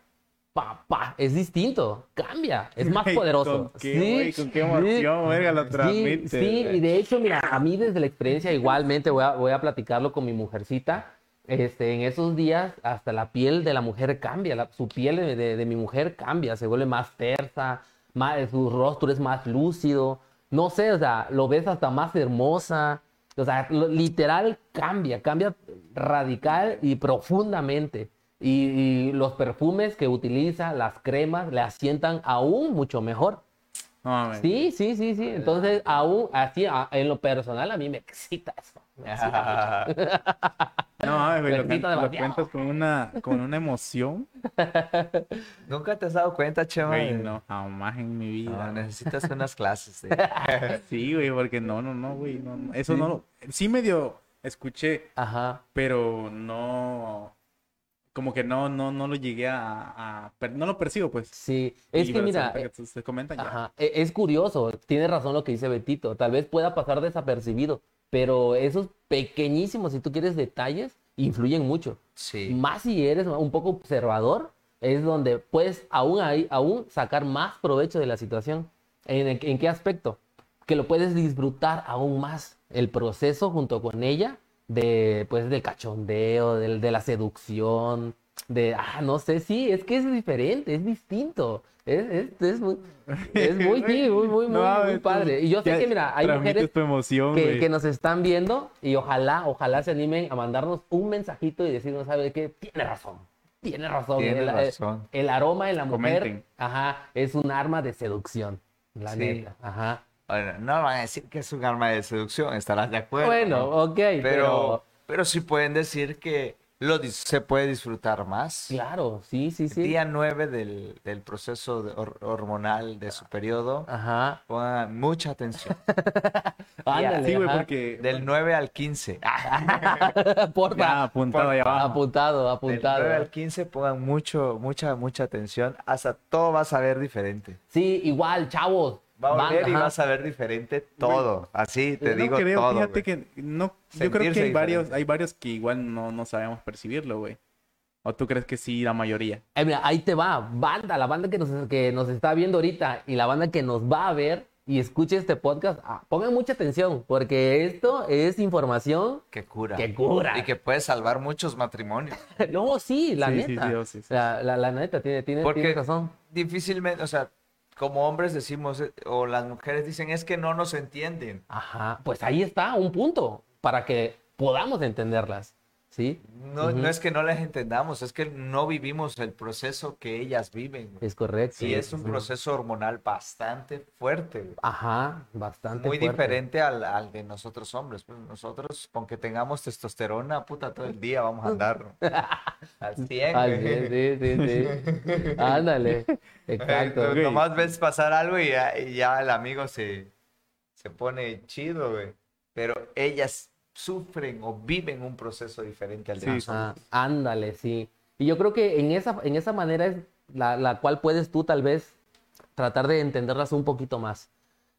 Speaker 2: papá es distinto, cambia, es más
Speaker 3: Güey,
Speaker 2: poderoso.
Speaker 3: ¿Con qué,
Speaker 2: Sí,
Speaker 3: güey? ¿Con qué
Speaker 2: sí.
Speaker 3: emoción, verga, lo transmite?
Speaker 2: Sí, sí, y de hecho, mira, a mí desde la experiencia igualmente voy a, voy a platicarlo con mi mujercita. Este, en esos días hasta la piel de la mujer cambia, la- su piel de, de- de mi mujer cambia, se vuelve más tersa, más, su rostro es más lúcido, no sé, o sea, lo ves hasta más hermosa, o sea, lo- literal cambia, cambia radical y profundamente. Y, y los perfumes que utiliza, las cremas, le asientan aún mucho mejor.
Speaker 3: No mames.
Speaker 2: Sí, sí, sí, sí. Entonces, aún así, a- en lo personal, a mí me excita eso. Me excita.
Speaker 3: No mames, güey. Lo,
Speaker 2: Lo quito
Speaker 3: cuen- lo
Speaker 2: demasiado.
Speaker 3: cuentas con una, con una emoción.
Speaker 1: ¿Nunca te has dado cuenta, Chema?
Speaker 3: Güey,
Speaker 1: de-
Speaker 3: no, jamás en mi
Speaker 1: No,
Speaker 3: vida.
Speaker 1: necesitas unas clases. eh.
Speaker 3: Sí, güey, porque no, no, no, güey. no, no. Eso no lo. Sí, medio escuché,
Speaker 2: Ajá.
Speaker 3: pero no. Como que no, no, no lo llegué a. a per- no lo percibo, pues.
Speaker 2: Sí. Es
Speaker 3: Y
Speaker 2: que
Speaker 3: bueno,
Speaker 2: mira,
Speaker 3: ahorita que tú- ustedes comentan ya.
Speaker 2: ajá, e- es curioso. Tiene razón lo que dice Betito. Tal vez pueda pasar desapercibido, pero esos pequeñísimos, si tú quieres, detalles influyen mucho.
Speaker 1: Sí.
Speaker 2: Más si eres un poco observador, es donde puedes aún ahí, aún sacar más provecho de la situación. ¿En, en- en qué aspecto? Que lo puedes disfrutar aún más el proceso junto con ella de, pues, del cachondeo, del- de la seducción, de, ah, no sé, sí, es que es diferente, es distinto. Es, es- es muy, es muy, sí, muy, muy,
Speaker 3: No,
Speaker 2: muy- muy
Speaker 3: mames, tú
Speaker 2: padre. Y yo sé
Speaker 3: ya
Speaker 2: que, mira, hay
Speaker 3: transmites
Speaker 2: mujeres
Speaker 3: tu emoción,
Speaker 2: que,
Speaker 3: güey.
Speaker 2: que nos están viendo y ojalá, ojalá se animen a mandarnos un mensajito y decirnos, ¿sabe qué? Tiene razón, tiene razón.
Speaker 1: Tiene
Speaker 2: el, eh,
Speaker 1: razón.
Speaker 2: el aroma de la mujer,
Speaker 3: Comenten.
Speaker 2: ajá, es un arma de seducción, la
Speaker 1: Sí.
Speaker 2: neta, ajá.
Speaker 1: Bueno, no van a decir que es un arma de seducción, estarás de acuerdo.
Speaker 2: Bueno,
Speaker 1: ¿no?
Speaker 2: ok, pero...
Speaker 1: pero, pero sí pueden decir que lo dis- se puede disfrutar más.
Speaker 2: Claro, sí, sí,
Speaker 1: El
Speaker 2: sí.
Speaker 1: Día 9 del, del proceso de hor- hormonal de su periodo,
Speaker 2: Ah. Ajá,
Speaker 1: pongan mucha atención. Ah,
Speaker 2: ándale,
Speaker 3: Sí, güey,
Speaker 2: ajá.
Speaker 3: porque.
Speaker 1: Del 9 al 15. Ah,
Speaker 2: Porfa,
Speaker 3: Ya, apuntado allá abajo.
Speaker 2: apuntado,
Speaker 1: del
Speaker 2: apuntado.
Speaker 1: 9 al 15 pongan mucho, mucha, mucha atención. Hasta todo va a saber diferente.
Speaker 2: Sí, igual, chavos.
Speaker 1: Va a
Speaker 2: Van,
Speaker 1: volver y
Speaker 2: ajá.
Speaker 1: vas a ver diferente todo. Así te
Speaker 3: no
Speaker 1: digo
Speaker 3: creo,
Speaker 1: todo. güey.
Speaker 3: fíjate que no, yo creo
Speaker 1: Sentirse
Speaker 3: que hay varios,
Speaker 1: diferente.
Speaker 3: hay varios que igual no, no sabemos percibirlo, güey. ¿O tú crees que sí, la mayoría?
Speaker 2: Eh, mira, ahí te va, banda, la banda que nos, que nos está viendo ahorita y la banda que nos va a ver y escuche este podcast, ah, pongan mucha atención, porque esto es información.
Speaker 1: Que cura.
Speaker 2: Que cura.
Speaker 1: Y que puede salvar muchos matrimonios.
Speaker 2: No, sí, la
Speaker 3: Sí, sí,
Speaker 2: neta.
Speaker 3: sí, oh, sí, sí.
Speaker 2: La, la- la neta, tiene, tiene,
Speaker 1: Porque-
Speaker 2: tienes razón.
Speaker 1: Difícilmente, o sea, como hombres decimos, eh, o las mujeres dicen, es que no nos entienden.
Speaker 2: Ajá, pues ahí está un punto para que podamos entenderlas, ¿sí?
Speaker 1: No,
Speaker 2: Ujú.
Speaker 1: no es que no las entendamos, es que no vivimos el proceso que ellas viven. güey.
Speaker 2: Es correcto.
Speaker 1: y es un
Speaker 2: Ujú.
Speaker 1: proceso hormonal bastante fuerte. güey.
Speaker 2: Ajá, bastante
Speaker 1: Muy
Speaker 2: fuerte.
Speaker 1: diferente al, al de nosotros hombres. pues, nosotros, con que tengamos testosterona, puta, todo el día vamos a andar. ¿no? Al 100,
Speaker 2: Ah,
Speaker 1: güey.
Speaker 2: sí, sí, sí, sí. Ándale, exacto.
Speaker 1: Exacto.
Speaker 3: güey.
Speaker 1: Nomás ves pasar algo y ya, y ya el amigo se, se pone chido, güey. Pero ellas sufren o viven un proceso diferente al de
Speaker 3: Sí.
Speaker 1: nosotros.
Speaker 2: Ah, ándale, sí. Y yo creo que en esa, en esa manera es la, la cual puedes tú tal vez tratar de entenderlas un poquito más.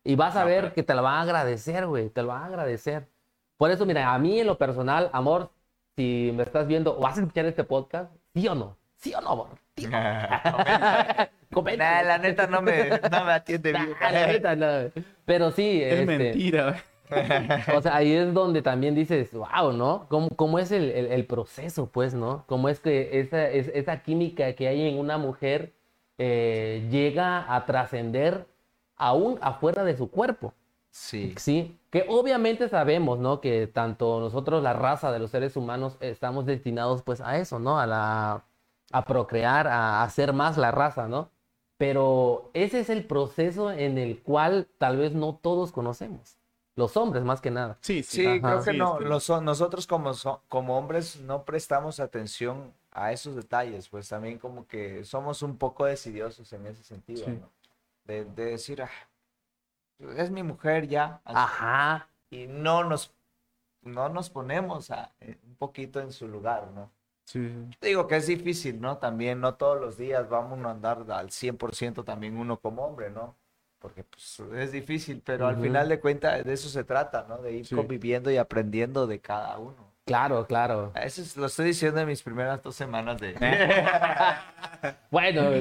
Speaker 2: Y vas a
Speaker 1: Ah,
Speaker 2: ver
Speaker 1: claro.
Speaker 2: que te la van a agradecer, güey, te la van a agradecer. Por eso, mira, a mí en lo personal, amor, si me estás viendo o vas a escuchar este podcast, sí o no, sí o no, amor. Sí o no. Comenta.
Speaker 1: Nah, la neta no me, no me atiende bien.
Speaker 2: Nah, la neta, no. Pero sí,
Speaker 3: Es
Speaker 2: este,
Speaker 3: mentira, güey.
Speaker 2: o sea, ahí es donde también dices, wow, ¿no? ¿Cómo, cómo es el, el- el proceso, pues, ¿no? ¿Cómo es que esa, es- esa química que hay en una mujer eh, llega a trascender aún afuera de su cuerpo?
Speaker 1: Sí.
Speaker 2: Sí, que obviamente sabemos, ¿no? Que tanto nosotros, la raza de los seres humanos, estamos destinados pues a eso, ¿no? A la, a procrear, a hacer más la raza, ¿no? Pero ese es el proceso en el cual tal vez no todos conocemos, los hombres más que nada.
Speaker 3: Sí, sí.
Speaker 1: Sí,
Speaker 2: Ajá.
Speaker 1: creo que
Speaker 3: Sí,
Speaker 1: no.
Speaker 3: este-
Speaker 1: los- nosotros como, so- como hombres no prestamos atención a esos detalles, pues también como que somos un poco decidiosos en ese sentido,
Speaker 3: Sí.
Speaker 1: ¿no? De, de decir, "Ah, es mi mujer ya, así
Speaker 2: Ajá,
Speaker 1: y no nos, no nos ponemos a- eh, un poquito en su lugar, ¿no?
Speaker 3: Sí, sí.
Speaker 1: Digo que es difícil, ¿no? También no todos los días vamos a andar al 100% también uno como hombre, ¿no? Porque pues, es difícil, pero al
Speaker 2: Ujú.
Speaker 1: final de cuentas de eso se trata, ¿no? De ir
Speaker 3: Sí.
Speaker 1: conviviendo y aprendiendo de cada uno.
Speaker 2: claro, claro.
Speaker 1: Eso es- lo estoy diciendo en mis primeras dos semanas de...
Speaker 2: Eh. Bueno,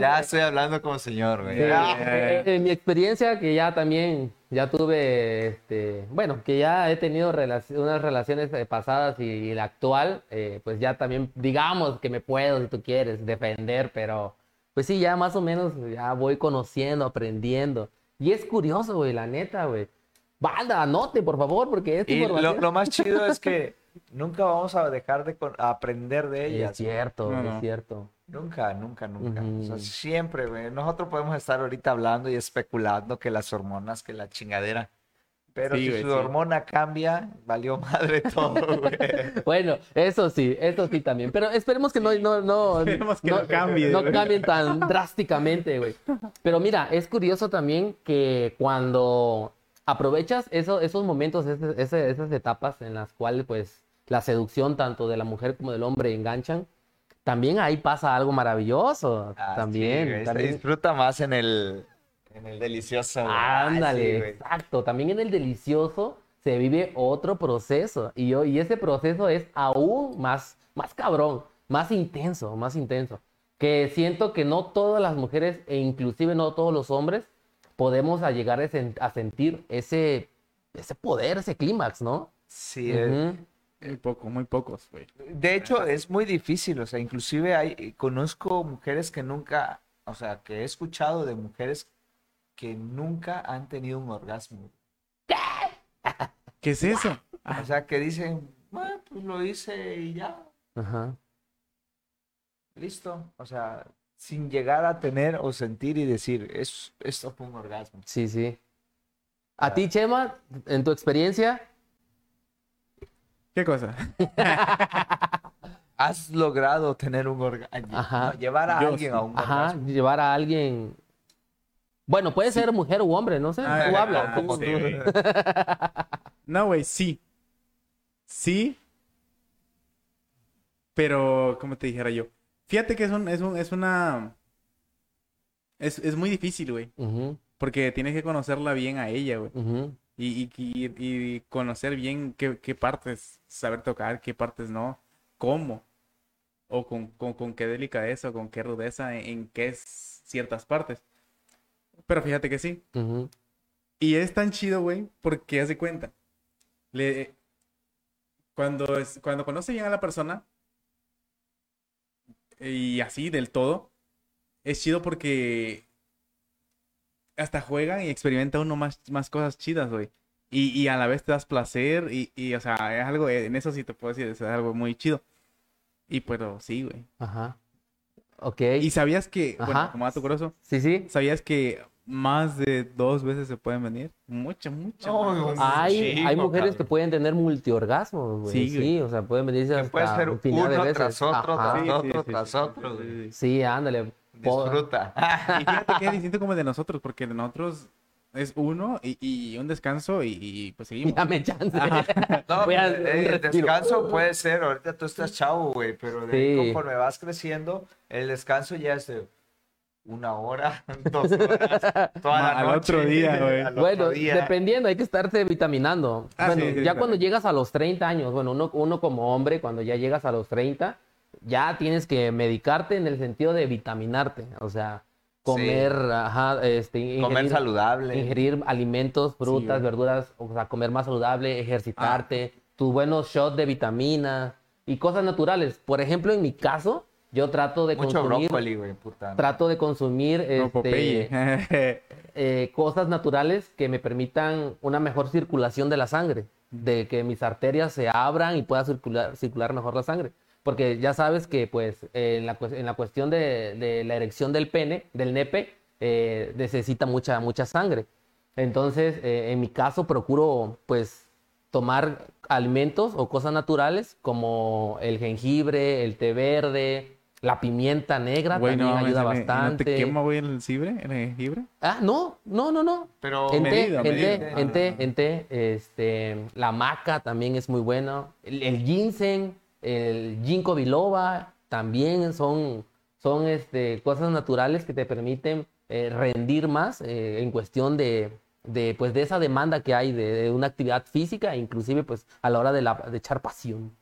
Speaker 1: ya estoy hablando como señor, güey.
Speaker 2: Sí,
Speaker 1: Ah,
Speaker 2: eh, eh, en mi experiencia que ya también ya tuve este bueno que ya he tenido relac- unas relaciones eh, pasadas y, y la actual eh, pues ya también digamos que me puedo si tú quieres defender pero pues sí ya más o menos ya voy conociendo aprendiendo y es curioso güey la neta güey banda anote por favor porque es
Speaker 1: Y lo,
Speaker 2: información
Speaker 1: lo más chido es que nunca vamos a dejar de con- aprender de
Speaker 2: es
Speaker 1: ellas.
Speaker 2: cierto
Speaker 3: No,
Speaker 2: es
Speaker 3: no.
Speaker 2: cierto
Speaker 1: Nunca, nunca, nunca. O sea,
Speaker 2: Ujú.
Speaker 1: siempre, güey. Nosotros podemos estar ahorita hablando y especulando que las hormonas, que la chingadera. Pero
Speaker 3: Sí,
Speaker 1: si
Speaker 3: güey,
Speaker 1: su
Speaker 3: sí.
Speaker 1: hormona cambia, valió madre todo, güey.
Speaker 2: Bueno, eso sí, eso sí también. Pero esperemos que no, no, no,
Speaker 3: Esperemos que no cambie,
Speaker 2: no
Speaker 3: güey.
Speaker 2: cambien tan drásticamente, güey. Pero mira, es curioso también que cuando aprovechas eso- esos momentos, ese- ese- esas etapas en las cuales, pues, la seducción tanto de la mujer como del hombre enganchan, también ahí pasa algo maravilloso.
Speaker 1: Ah, sí,
Speaker 2: también,
Speaker 1: güey, se
Speaker 2: también.
Speaker 1: Disfruta más en el, en el delicioso. güey. Ay, sí,
Speaker 2: Ándale,
Speaker 1: güey.
Speaker 2: exacto. También en el delicioso se vive otro proceso. Y, yo- y ese proceso es aún más, más cabrón, más intenso, más intenso. Que siento que no todas las mujeres e inclusive no todos los hombres podemos a llegar a, sen- a sentir ese, ese poder, ese clímax, ¿no?
Speaker 1: Sí, es-
Speaker 2: Ujú.
Speaker 3: Muy pocos, muy pocos, güey.
Speaker 1: De hecho, es muy difícil, o sea, inclusive hay, conozco mujeres que nunca, o sea, que he escuchado de mujeres que nunca han tenido un orgasmo.
Speaker 3: ¿Qué es eso?
Speaker 2: Ah.
Speaker 1: O sea, que dicen, "Ah, pues lo hice y ya,
Speaker 2: Ajá.
Speaker 1: listo. O sea, sin llegar a tener o sentir y decir, es, esto fue un orgasmo.
Speaker 2: Sí, sí.
Speaker 1: Ah.
Speaker 2: A ti, Chema, en tu experiencia,
Speaker 3: ¿Qué cosa?
Speaker 1: ¿Has logrado tener un orgasmo?
Speaker 2: Ajá.
Speaker 1: llevar a
Speaker 3: Yo
Speaker 1: alguien
Speaker 3: sí.
Speaker 1: a un
Speaker 2: ajá,
Speaker 1: orgasmo.
Speaker 2: llevar a alguien. Bueno, puede ser mujer u hombre, no sé.
Speaker 3: Ah,
Speaker 2: tú
Speaker 3: ah,
Speaker 2: hablas.
Speaker 3: ah,
Speaker 2: como
Speaker 3: sí,
Speaker 2: tú.
Speaker 3: güey. No, güey, sí. Sí. Pero, ¿cómo te dijera yo? Fíjate que es un, es un, es una. Es, es muy difícil, güey.
Speaker 2: Ujú.
Speaker 3: Porque tienes que conocerla bien a ella, güey.
Speaker 2: Ujú.
Speaker 3: Y, y- y- y conocer bien qué, qué partes saber tocar, qué partes no, cómo, o con, con- con qué delicadeza, o con qué rudeza, en, en qué s- ciertas partes. Pero fíjate que sí.
Speaker 2: Ujú.
Speaker 3: Y es tan chido, güey, porque hace cuenta. Le, cuando, es, cuando conoce bien a la persona, y así del todo, es chido porque hasta juegan y experimenta uno más, más cosas chidas, güey. Y, y a la vez te das placer y, y, o sea, es algo, en eso sí te puedo decir, es algo muy chido. Y pero sí, güey.
Speaker 2: Ajá. Ok.
Speaker 3: Y sabías que, bueno,
Speaker 2: Ajá.
Speaker 3: como dato curioso,
Speaker 2: Sí, sí.
Speaker 3: ¿sabías que más de dos veces se pueden venir? Muchas, muchas.
Speaker 1: No,
Speaker 3: más.
Speaker 1: güey.
Speaker 2: Hay,
Speaker 1: Chico,
Speaker 2: hay mujeres que
Speaker 1: cabrón.
Speaker 2: pueden tener multiorgasmos, güey.
Speaker 3: Sí,
Speaker 2: Sí,
Speaker 3: güey.
Speaker 2: o sea, pueden venirse
Speaker 1: Que
Speaker 2: hasta
Speaker 1: puede ser
Speaker 2: infinidad de
Speaker 1: uno
Speaker 2: veces.
Speaker 1: tras otro,
Speaker 2: Ajá.
Speaker 1: tras
Speaker 3: Sí,
Speaker 1: otro,
Speaker 3: sí, sí,
Speaker 1: tras
Speaker 3: sí,
Speaker 1: otro,
Speaker 3: sí, sí,
Speaker 1: güey.
Speaker 2: Sí, ándale. po-
Speaker 1: Disfruta.
Speaker 3: Y fíjate que es distinto como el de nosotros, porque el de nosotros es uno y, y un descanso y, y, pues seguimos.
Speaker 2: Dame chance.
Speaker 1: No,
Speaker 2: Voy a-
Speaker 1: eh,
Speaker 2: un
Speaker 1: el
Speaker 2: respiro.
Speaker 1: descanso puede ser, ahorita tú estás chavo, güey, pero de ahí
Speaker 2: Sí.
Speaker 1: conforme vas creciendo, el descanso ya es de una hora, dos horas, toda la
Speaker 3: Ma- al
Speaker 1: noche,
Speaker 3: otro día, güey.
Speaker 1: al otro
Speaker 2: Bueno,
Speaker 1: día.
Speaker 2: dependiendo, hay que estarse vitaminando.
Speaker 3: Ah,
Speaker 2: bueno,
Speaker 3: sí, sí,
Speaker 2: ya
Speaker 3: claro.
Speaker 2: cuando llegas a los 30 años, bueno, uno, uno como hombre, cuando ya llegas a los 30, ya tienes que medicarte en el sentido de vitaminarte, o sea, comer, ajá, este,
Speaker 1: comer
Speaker 2: ingerir-
Speaker 1: saludable.
Speaker 2: Ingerir alimentos, frutas,
Speaker 3: güey.
Speaker 2: verduras, o sea, comer más saludable, ejercitarte, tus buenos shots de vitaminas y cosas naturales. Por ejemplo, en mi caso, yo trato de
Speaker 1: Mucho
Speaker 2: consumir,
Speaker 1: brócoli, güey, puta.
Speaker 2: trato de consumir
Speaker 3: Como
Speaker 2: este,
Speaker 3: Popeye.
Speaker 2: eh, cosas naturales que me permitan una mejor circulación de la sangre, de que mis arterias se abran y pueda circular, circular mejor la sangre. Porque ya sabes que, pues, eh, en, la, cues- en la cuestión de, de la erección del pene, del nepe, eh, necesita mucha, mucha sangre. Entonces, eh, en mi caso, procuro, pues, tomar alimentos o cosas naturales como el jengibre, el té verde, la pimienta negra
Speaker 3: Güey,
Speaker 2: también
Speaker 3: mames,
Speaker 2: ayuda
Speaker 3: ¿y no- y
Speaker 2: bastante.
Speaker 3: ¿No te quema, güey, en el cibre? ¿En el jengibre?
Speaker 2: Ah, no, no, no, no.
Speaker 1: Pero
Speaker 2: en té,
Speaker 3: medida,
Speaker 2: en té,
Speaker 3: medida.
Speaker 2: en té,
Speaker 3: Ah.
Speaker 2: en té, este, la maca también es muy buena. El, el ginseng, el ginkgo biloba también son, son este, cosas naturales que te permiten eh, rendir más eh, en cuestión de, de, pues, de esa demanda que hay de, de una actividad física, inclusive pues a la hora de, la, de echar pasión.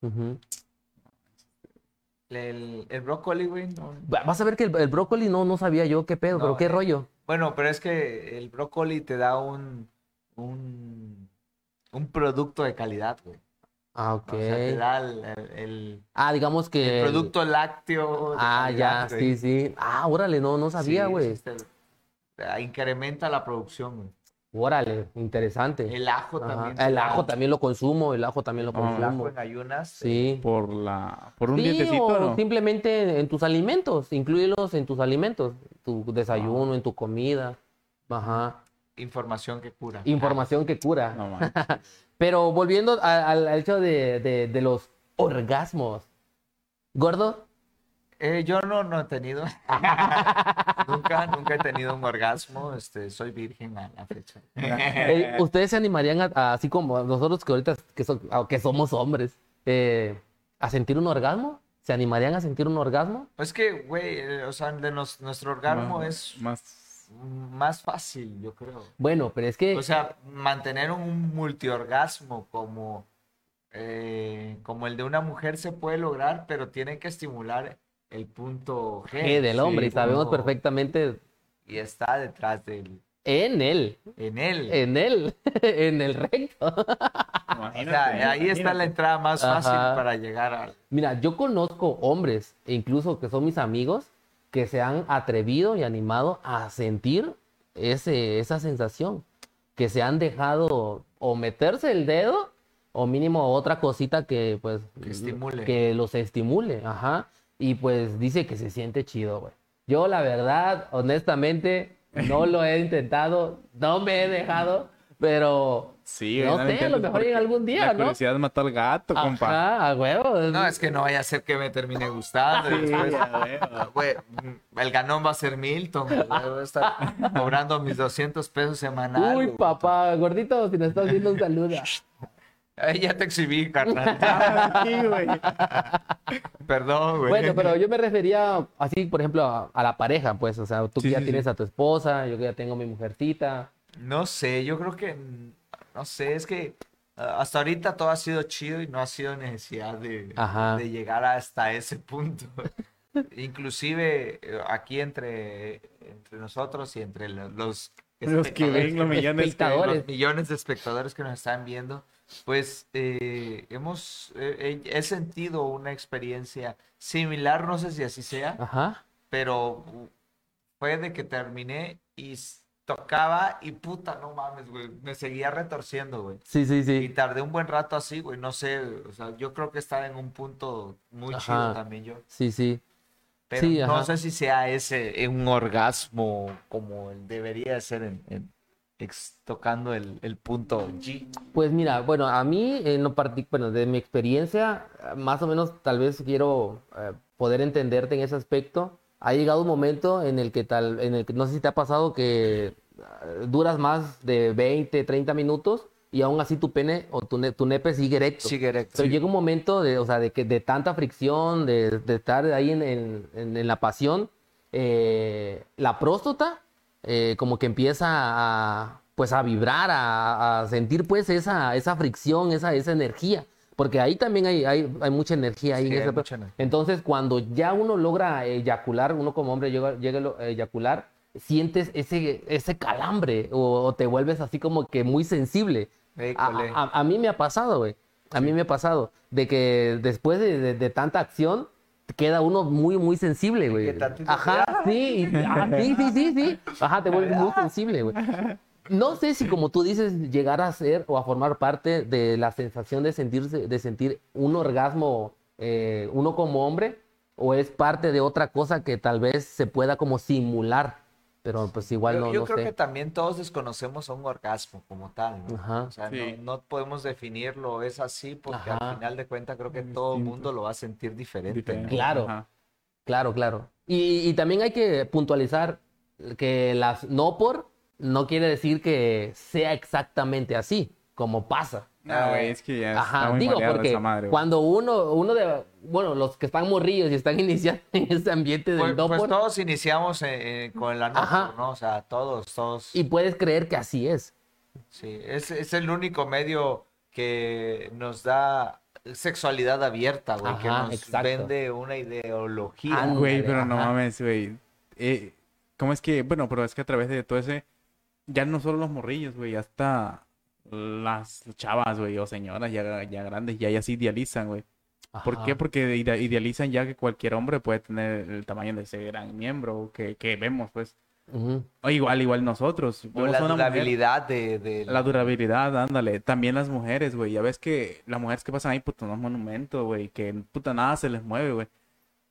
Speaker 2: Ujú.
Speaker 1: el, el brócoli, güey, no.
Speaker 2: Va- Vas a ver que el, el brócoli no, no sabía yo qué pedo,
Speaker 1: No,
Speaker 2: pero qué
Speaker 1: eh,
Speaker 2: rollo.
Speaker 1: Bueno, pero es que el brócoli te da un, un, un producto de calidad, güey.
Speaker 2: Ah, ok.
Speaker 1: O sea, te da el, el- el-
Speaker 2: Ah, digamos
Speaker 1: el
Speaker 2: que... el-
Speaker 1: producto lácteo. de
Speaker 2: Ah,
Speaker 1: calidad,
Speaker 2: ya,
Speaker 1: güey.
Speaker 2: sí, sí. Ah, órale, no, no sabía,
Speaker 1: Sí,
Speaker 2: güey.
Speaker 1: sí, te- Incrementa la producción, güey.
Speaker 2: Órale, interesante.
Speaker 1: El ajo
Speaker 2: Ajá.
Speaker 1: también.
Speaker 2: El
Speaker 1: te da-
Speaker 2: ajo también lo consumo, el ajo también lo
Speaker 3: Ah, el
Speaker 1: El ajo
Speaker 2: consumo.
Speaker 1: en ayunas.
Speaker 2: Sí.
Speaker 3: Por la... Por un
Speaker 2: Sí,
Speaker 3: dientecito,
Speaker 2: o
Speaker 3: ¿no?
Speaker 2: simplemente en tus alimentos, incluyelos en tus alimentos, tu
Speaker 3: Ah.
Speaker 2: desayuno, en tu comida. Ajá.
Speaker 1: Información que cura.
Speaker 2: Información que cura.
Speaker 3: No, man.
Speaker 2: Pero volviendo a- al al hecho de, de- de los orgasmos. Gordo,
Speaker 1: Eh, yo no, no he tenido. nunca, nunca he tenido un orgasmo. Este, soy virgen a la fecha.
Speaker 2: Eh, ¿Ustedes se animarían, a- a- así como nosotros que ahorita que, so- a- que somos hombres, eh, a sentir un orgasmo? ¿Se animarían a sentir un orgasmo?
Speaker 1: Pues Es que, güey, eh, o sea, de nos- nuestro orgasmo
Speaker 3: Más-
Speaker 1: es
Speaker 3: Más...
Speaker 1: más fácil, yo creo.
Speaker 2: Bueno, pero es que...
Speaker 1: O sea, mantener un multiorgasmo como, eh, como el de una mujer se puede lograr, pero tiene que estimular el punto G.
Speaker 2: eh, del
Speaker 3: sí,
Speaker 2: hombre, y sabemos
Speaker 1: punto-
Speaker 2: perfectamente
Speaker 1: Y está detrás del,
Speaker 2: en él,
Speaker 1: en él.
Speaker 2: en él, en el recto.
Speaker 1: o sea, ahí está la entrada más fácil
Speaker 2: Ajá.
Speaker 1: para llegar al...
Speaker 2: Mira, yo conozco hombres, e incluso que son mis amigos, que se han atrevido y animado a sentir ese, esa sensación, que se han dejado o meterse el dedo o mínimo otra cosita que pues
Speaker 1: Que estimule.
Speaker 2: que los estimule, ajá, y pues dice que se siente chido, güey. Yo la verdad, honestamente, no lo he intentado, no me he dejado, pero
Speaker 3: Sí,
Speaker 2: No
Speaker 3: güey,
Speaker 2: sé,
Speaker 3: lo
Speaker 2: a lo
Speaker 3: intentes
Speaker 2: mejor
Speaker 3: porque
Speaker 2: en algún día,
Speaker 3: La
Speaker 2: ¿no?
Speaker 3: curiosidad mató al gato, compa.
Speaker 2: ajá, a huevo.
Speaker 1: No, es que no vaya a ser que me termine gustando. y
Speaker 3: Sí,
Speaker 1: después,
Speaker 3: a huevo.
Speaker 1: Ah, güey, mm, el ganón va a ser Milton. güey, Voy a estar cobrando mis 200 pesos semanales.
Speaker 2: Uy, papá, gordito, si nos estás viendo un saludo.
Speaker 1: Ahí ya te exhibí, carnal.
Speaker 3: Sí, güey.
Speaker 1: Perdón, güey.
Speaker 2: Bueno, pero yo me refería así, por ejemplo, a, a la pareja, pues, o sea, tú
Speaker 3: Sí,
Speaker 2: que ya
Speaker 3: sí, sí.
Speaker 2: tienes a tu esposa, yo que ya tengo mi mujercita.
Speaker 1: No sé, yo creo que. mm, No sé, es que ah, hasta ahorita todo ha sido chido y no ha sido necesidad de,
Speaker 2: Ajá.
Speaker 1: de llegar hasta ese punto. Inclusive eh, aquí entre, entre nosotros y entre lo- los,
Speaker 3: Los que ven los millones que
Speaker 2: Espectadores.
Speaker 1: los millones de espectadores que nos están viendo, pues eh, hemos eh, he he sentido una experiencia similar, no sé si así sea,
Speaker 2: Ajá.
Speaker 1: pero fue de que terminé y s- tocaba y puta, no mames, güey, me seguía retorciendo, güey.
Speaker 2: Sí, sí,
Speaker 1: Y
Speaker 2: sí.
Speaker 1: tardé un buen rato así, güey, no sé, o sea, yo creo que estaba en un punto muy
Speaker 2: Ajá.
Speaker 1: chido también yo,
Speaker 2: Sí, sí.
Speaker 1: pero
Speaker 2: Sí,
Speaker 1: no
Speaker 2: ajá.
Speaker 1: sé si sea ese eh, un orgasmo como el debería de ser en, en- ex- tocando el, el punto G.
Speaker 2: Pues mira, bueno, a mí en lo partic- bueno, de mi experiencia, más o menos tal vez quiero eh, poder entenderte en ese aspecto. Ha llegado un momento en el que tal, en el que no sé si te ha pasado que eh, duras más de 20, 30 minutos y aún así tu pene o tu, ne- tu nepe sigue erecto.
Speaker 1: Sigue erecto.
Speaker 2: Pero llega un momento de, o sea, de que de tanta fricción, de, de estar ahí en, en- en- en la pasión, eh, la próstata eh, como que empieza a, pues, a vibrar, a, a sentir pues esa, esa fricción, esa, esa energía. Porque ahí también hay, hay, hay mucha energía ahí.
Speaker 1: Sí,
Speaker 2: en
Speaker 1: hay
Speaker 2: esa-
Speaker 1: mucha energía.
Speaker 2: Entonces, cuando ya uno logra eyacular, uno como hombre llega, llega a eyacular, sientes ese, ese calambre o, o te vuelves así como que muy sensible. A,
Speaker 1: École.
Speaker 2: a- a- a mí me ha pasado, güey. A mí me ha pasado. De que después de, de- de tanta acción, queda uno muy, muy sensible, güey.
Speaker 1: tantito
Speaker 2: Ajá, sí, y- ah, sí, sí, sí, sí. Ajá, te vuelves muy sensible, güey. No sé si, como tú dices, llegar a ser o a formar parte de la sensación de sentirse, de sentir un orgasmo, eh, uno como hombre, o es parte de otra cosa que tal vez se pueda como simular. Pero pues igual
Speaker 1: Yo,
Speaker 2: no,
Speaker 1: yo
Speaker 2: no
Speaker 1: creo
Speaker 2: sé.
Speaker 1: que también todos desconocemos un orgasmo como tal, ¿no?
Speaker 2: Ajá.
Speaker 1: O sea,
Speaker 3: Sí.
Speaker 1: no, no podemos definirlo, es así, porque
Speaker 2: Ajá.
Speaker 1: al final de cuentas creo que
Speaker 3: Es
Speaker 1: todo el
Speaker 3: distinto.
Speaker 1: mundo lo va a sentir diferente.
Speaker 3: Diferente.
Speaker 1: ¿no?
Speaker 2: Claro.
Speaker 3: Ajá.
Speaker 2: Claro, claro. Y, y también hay que puntualizar que las no por no quiere decir que sea exactamente así, como pasa.
Speaker 3: No, Ah, güey, es que ya está
Speaker 2: Ah, Ajá,
Speaker 3: muy
Speaker 2: digo,
Speaker 3: maleado
Speaker 2: porque
Speaker 3: esa madre, güey.
Speaker 2: cuando uno, uno de, bueno, los que están morrillos y están iniciando en ese ambiente del
Speaker 1: Pues,
Speaker 2: no
Speaker 1: pues
Speaker 2: por,
Speaker 1: todos iniciamos eh, eh, con el
Speaker 2: Ajá.
Speaker 1: anuncio, ¿no? O sea, todos, todos.
Speaker 2: y puedes creer que así es.
Speaker 1: Sí, es, es el único medio que nos da sexualidad abierta, güey, que
Speaker 2: Ajá,
Speaker 1: nos
Speaker 2: exacto.
Speaker 1: vende una ideología.
Speaker 2: Ah, no.
Speaker 3: Güey,
Speaker 2: Ándale,
Speaker 3: pero no
Speaker 2: ajá.
Speaker 3: mames, güey. Eh, ¿Cómo es que? Bueno, pero es que a través de todo ese. Ya no solo los morrillos, güey, hasta las chavas, güey, o señoras ya, ya grandes, ya, ya se idealizan, güey. ¿Por
Speaker 2: Ajá.
Speaker 3: qué? Porque ide- idealizan ya que cualquier hombre puede tener el tamaño de ese gran miembro que, que vemos, pues.
Speaker 2: Ujú.
Speaker 3: O igual, igual nosotros.
Speaker 1: O
Speaker 3: vemos
Speaker 1: la
Speaker 3: a una mujer-
Speaker 1: durabilidad de, de-
Speaker 3: La durabilidad, ándale. También las mujeres, güey. Ya ves que las mujeres que pasan ahí, puta, unos monumentos, güey. Que puta nada se les mueve, güey.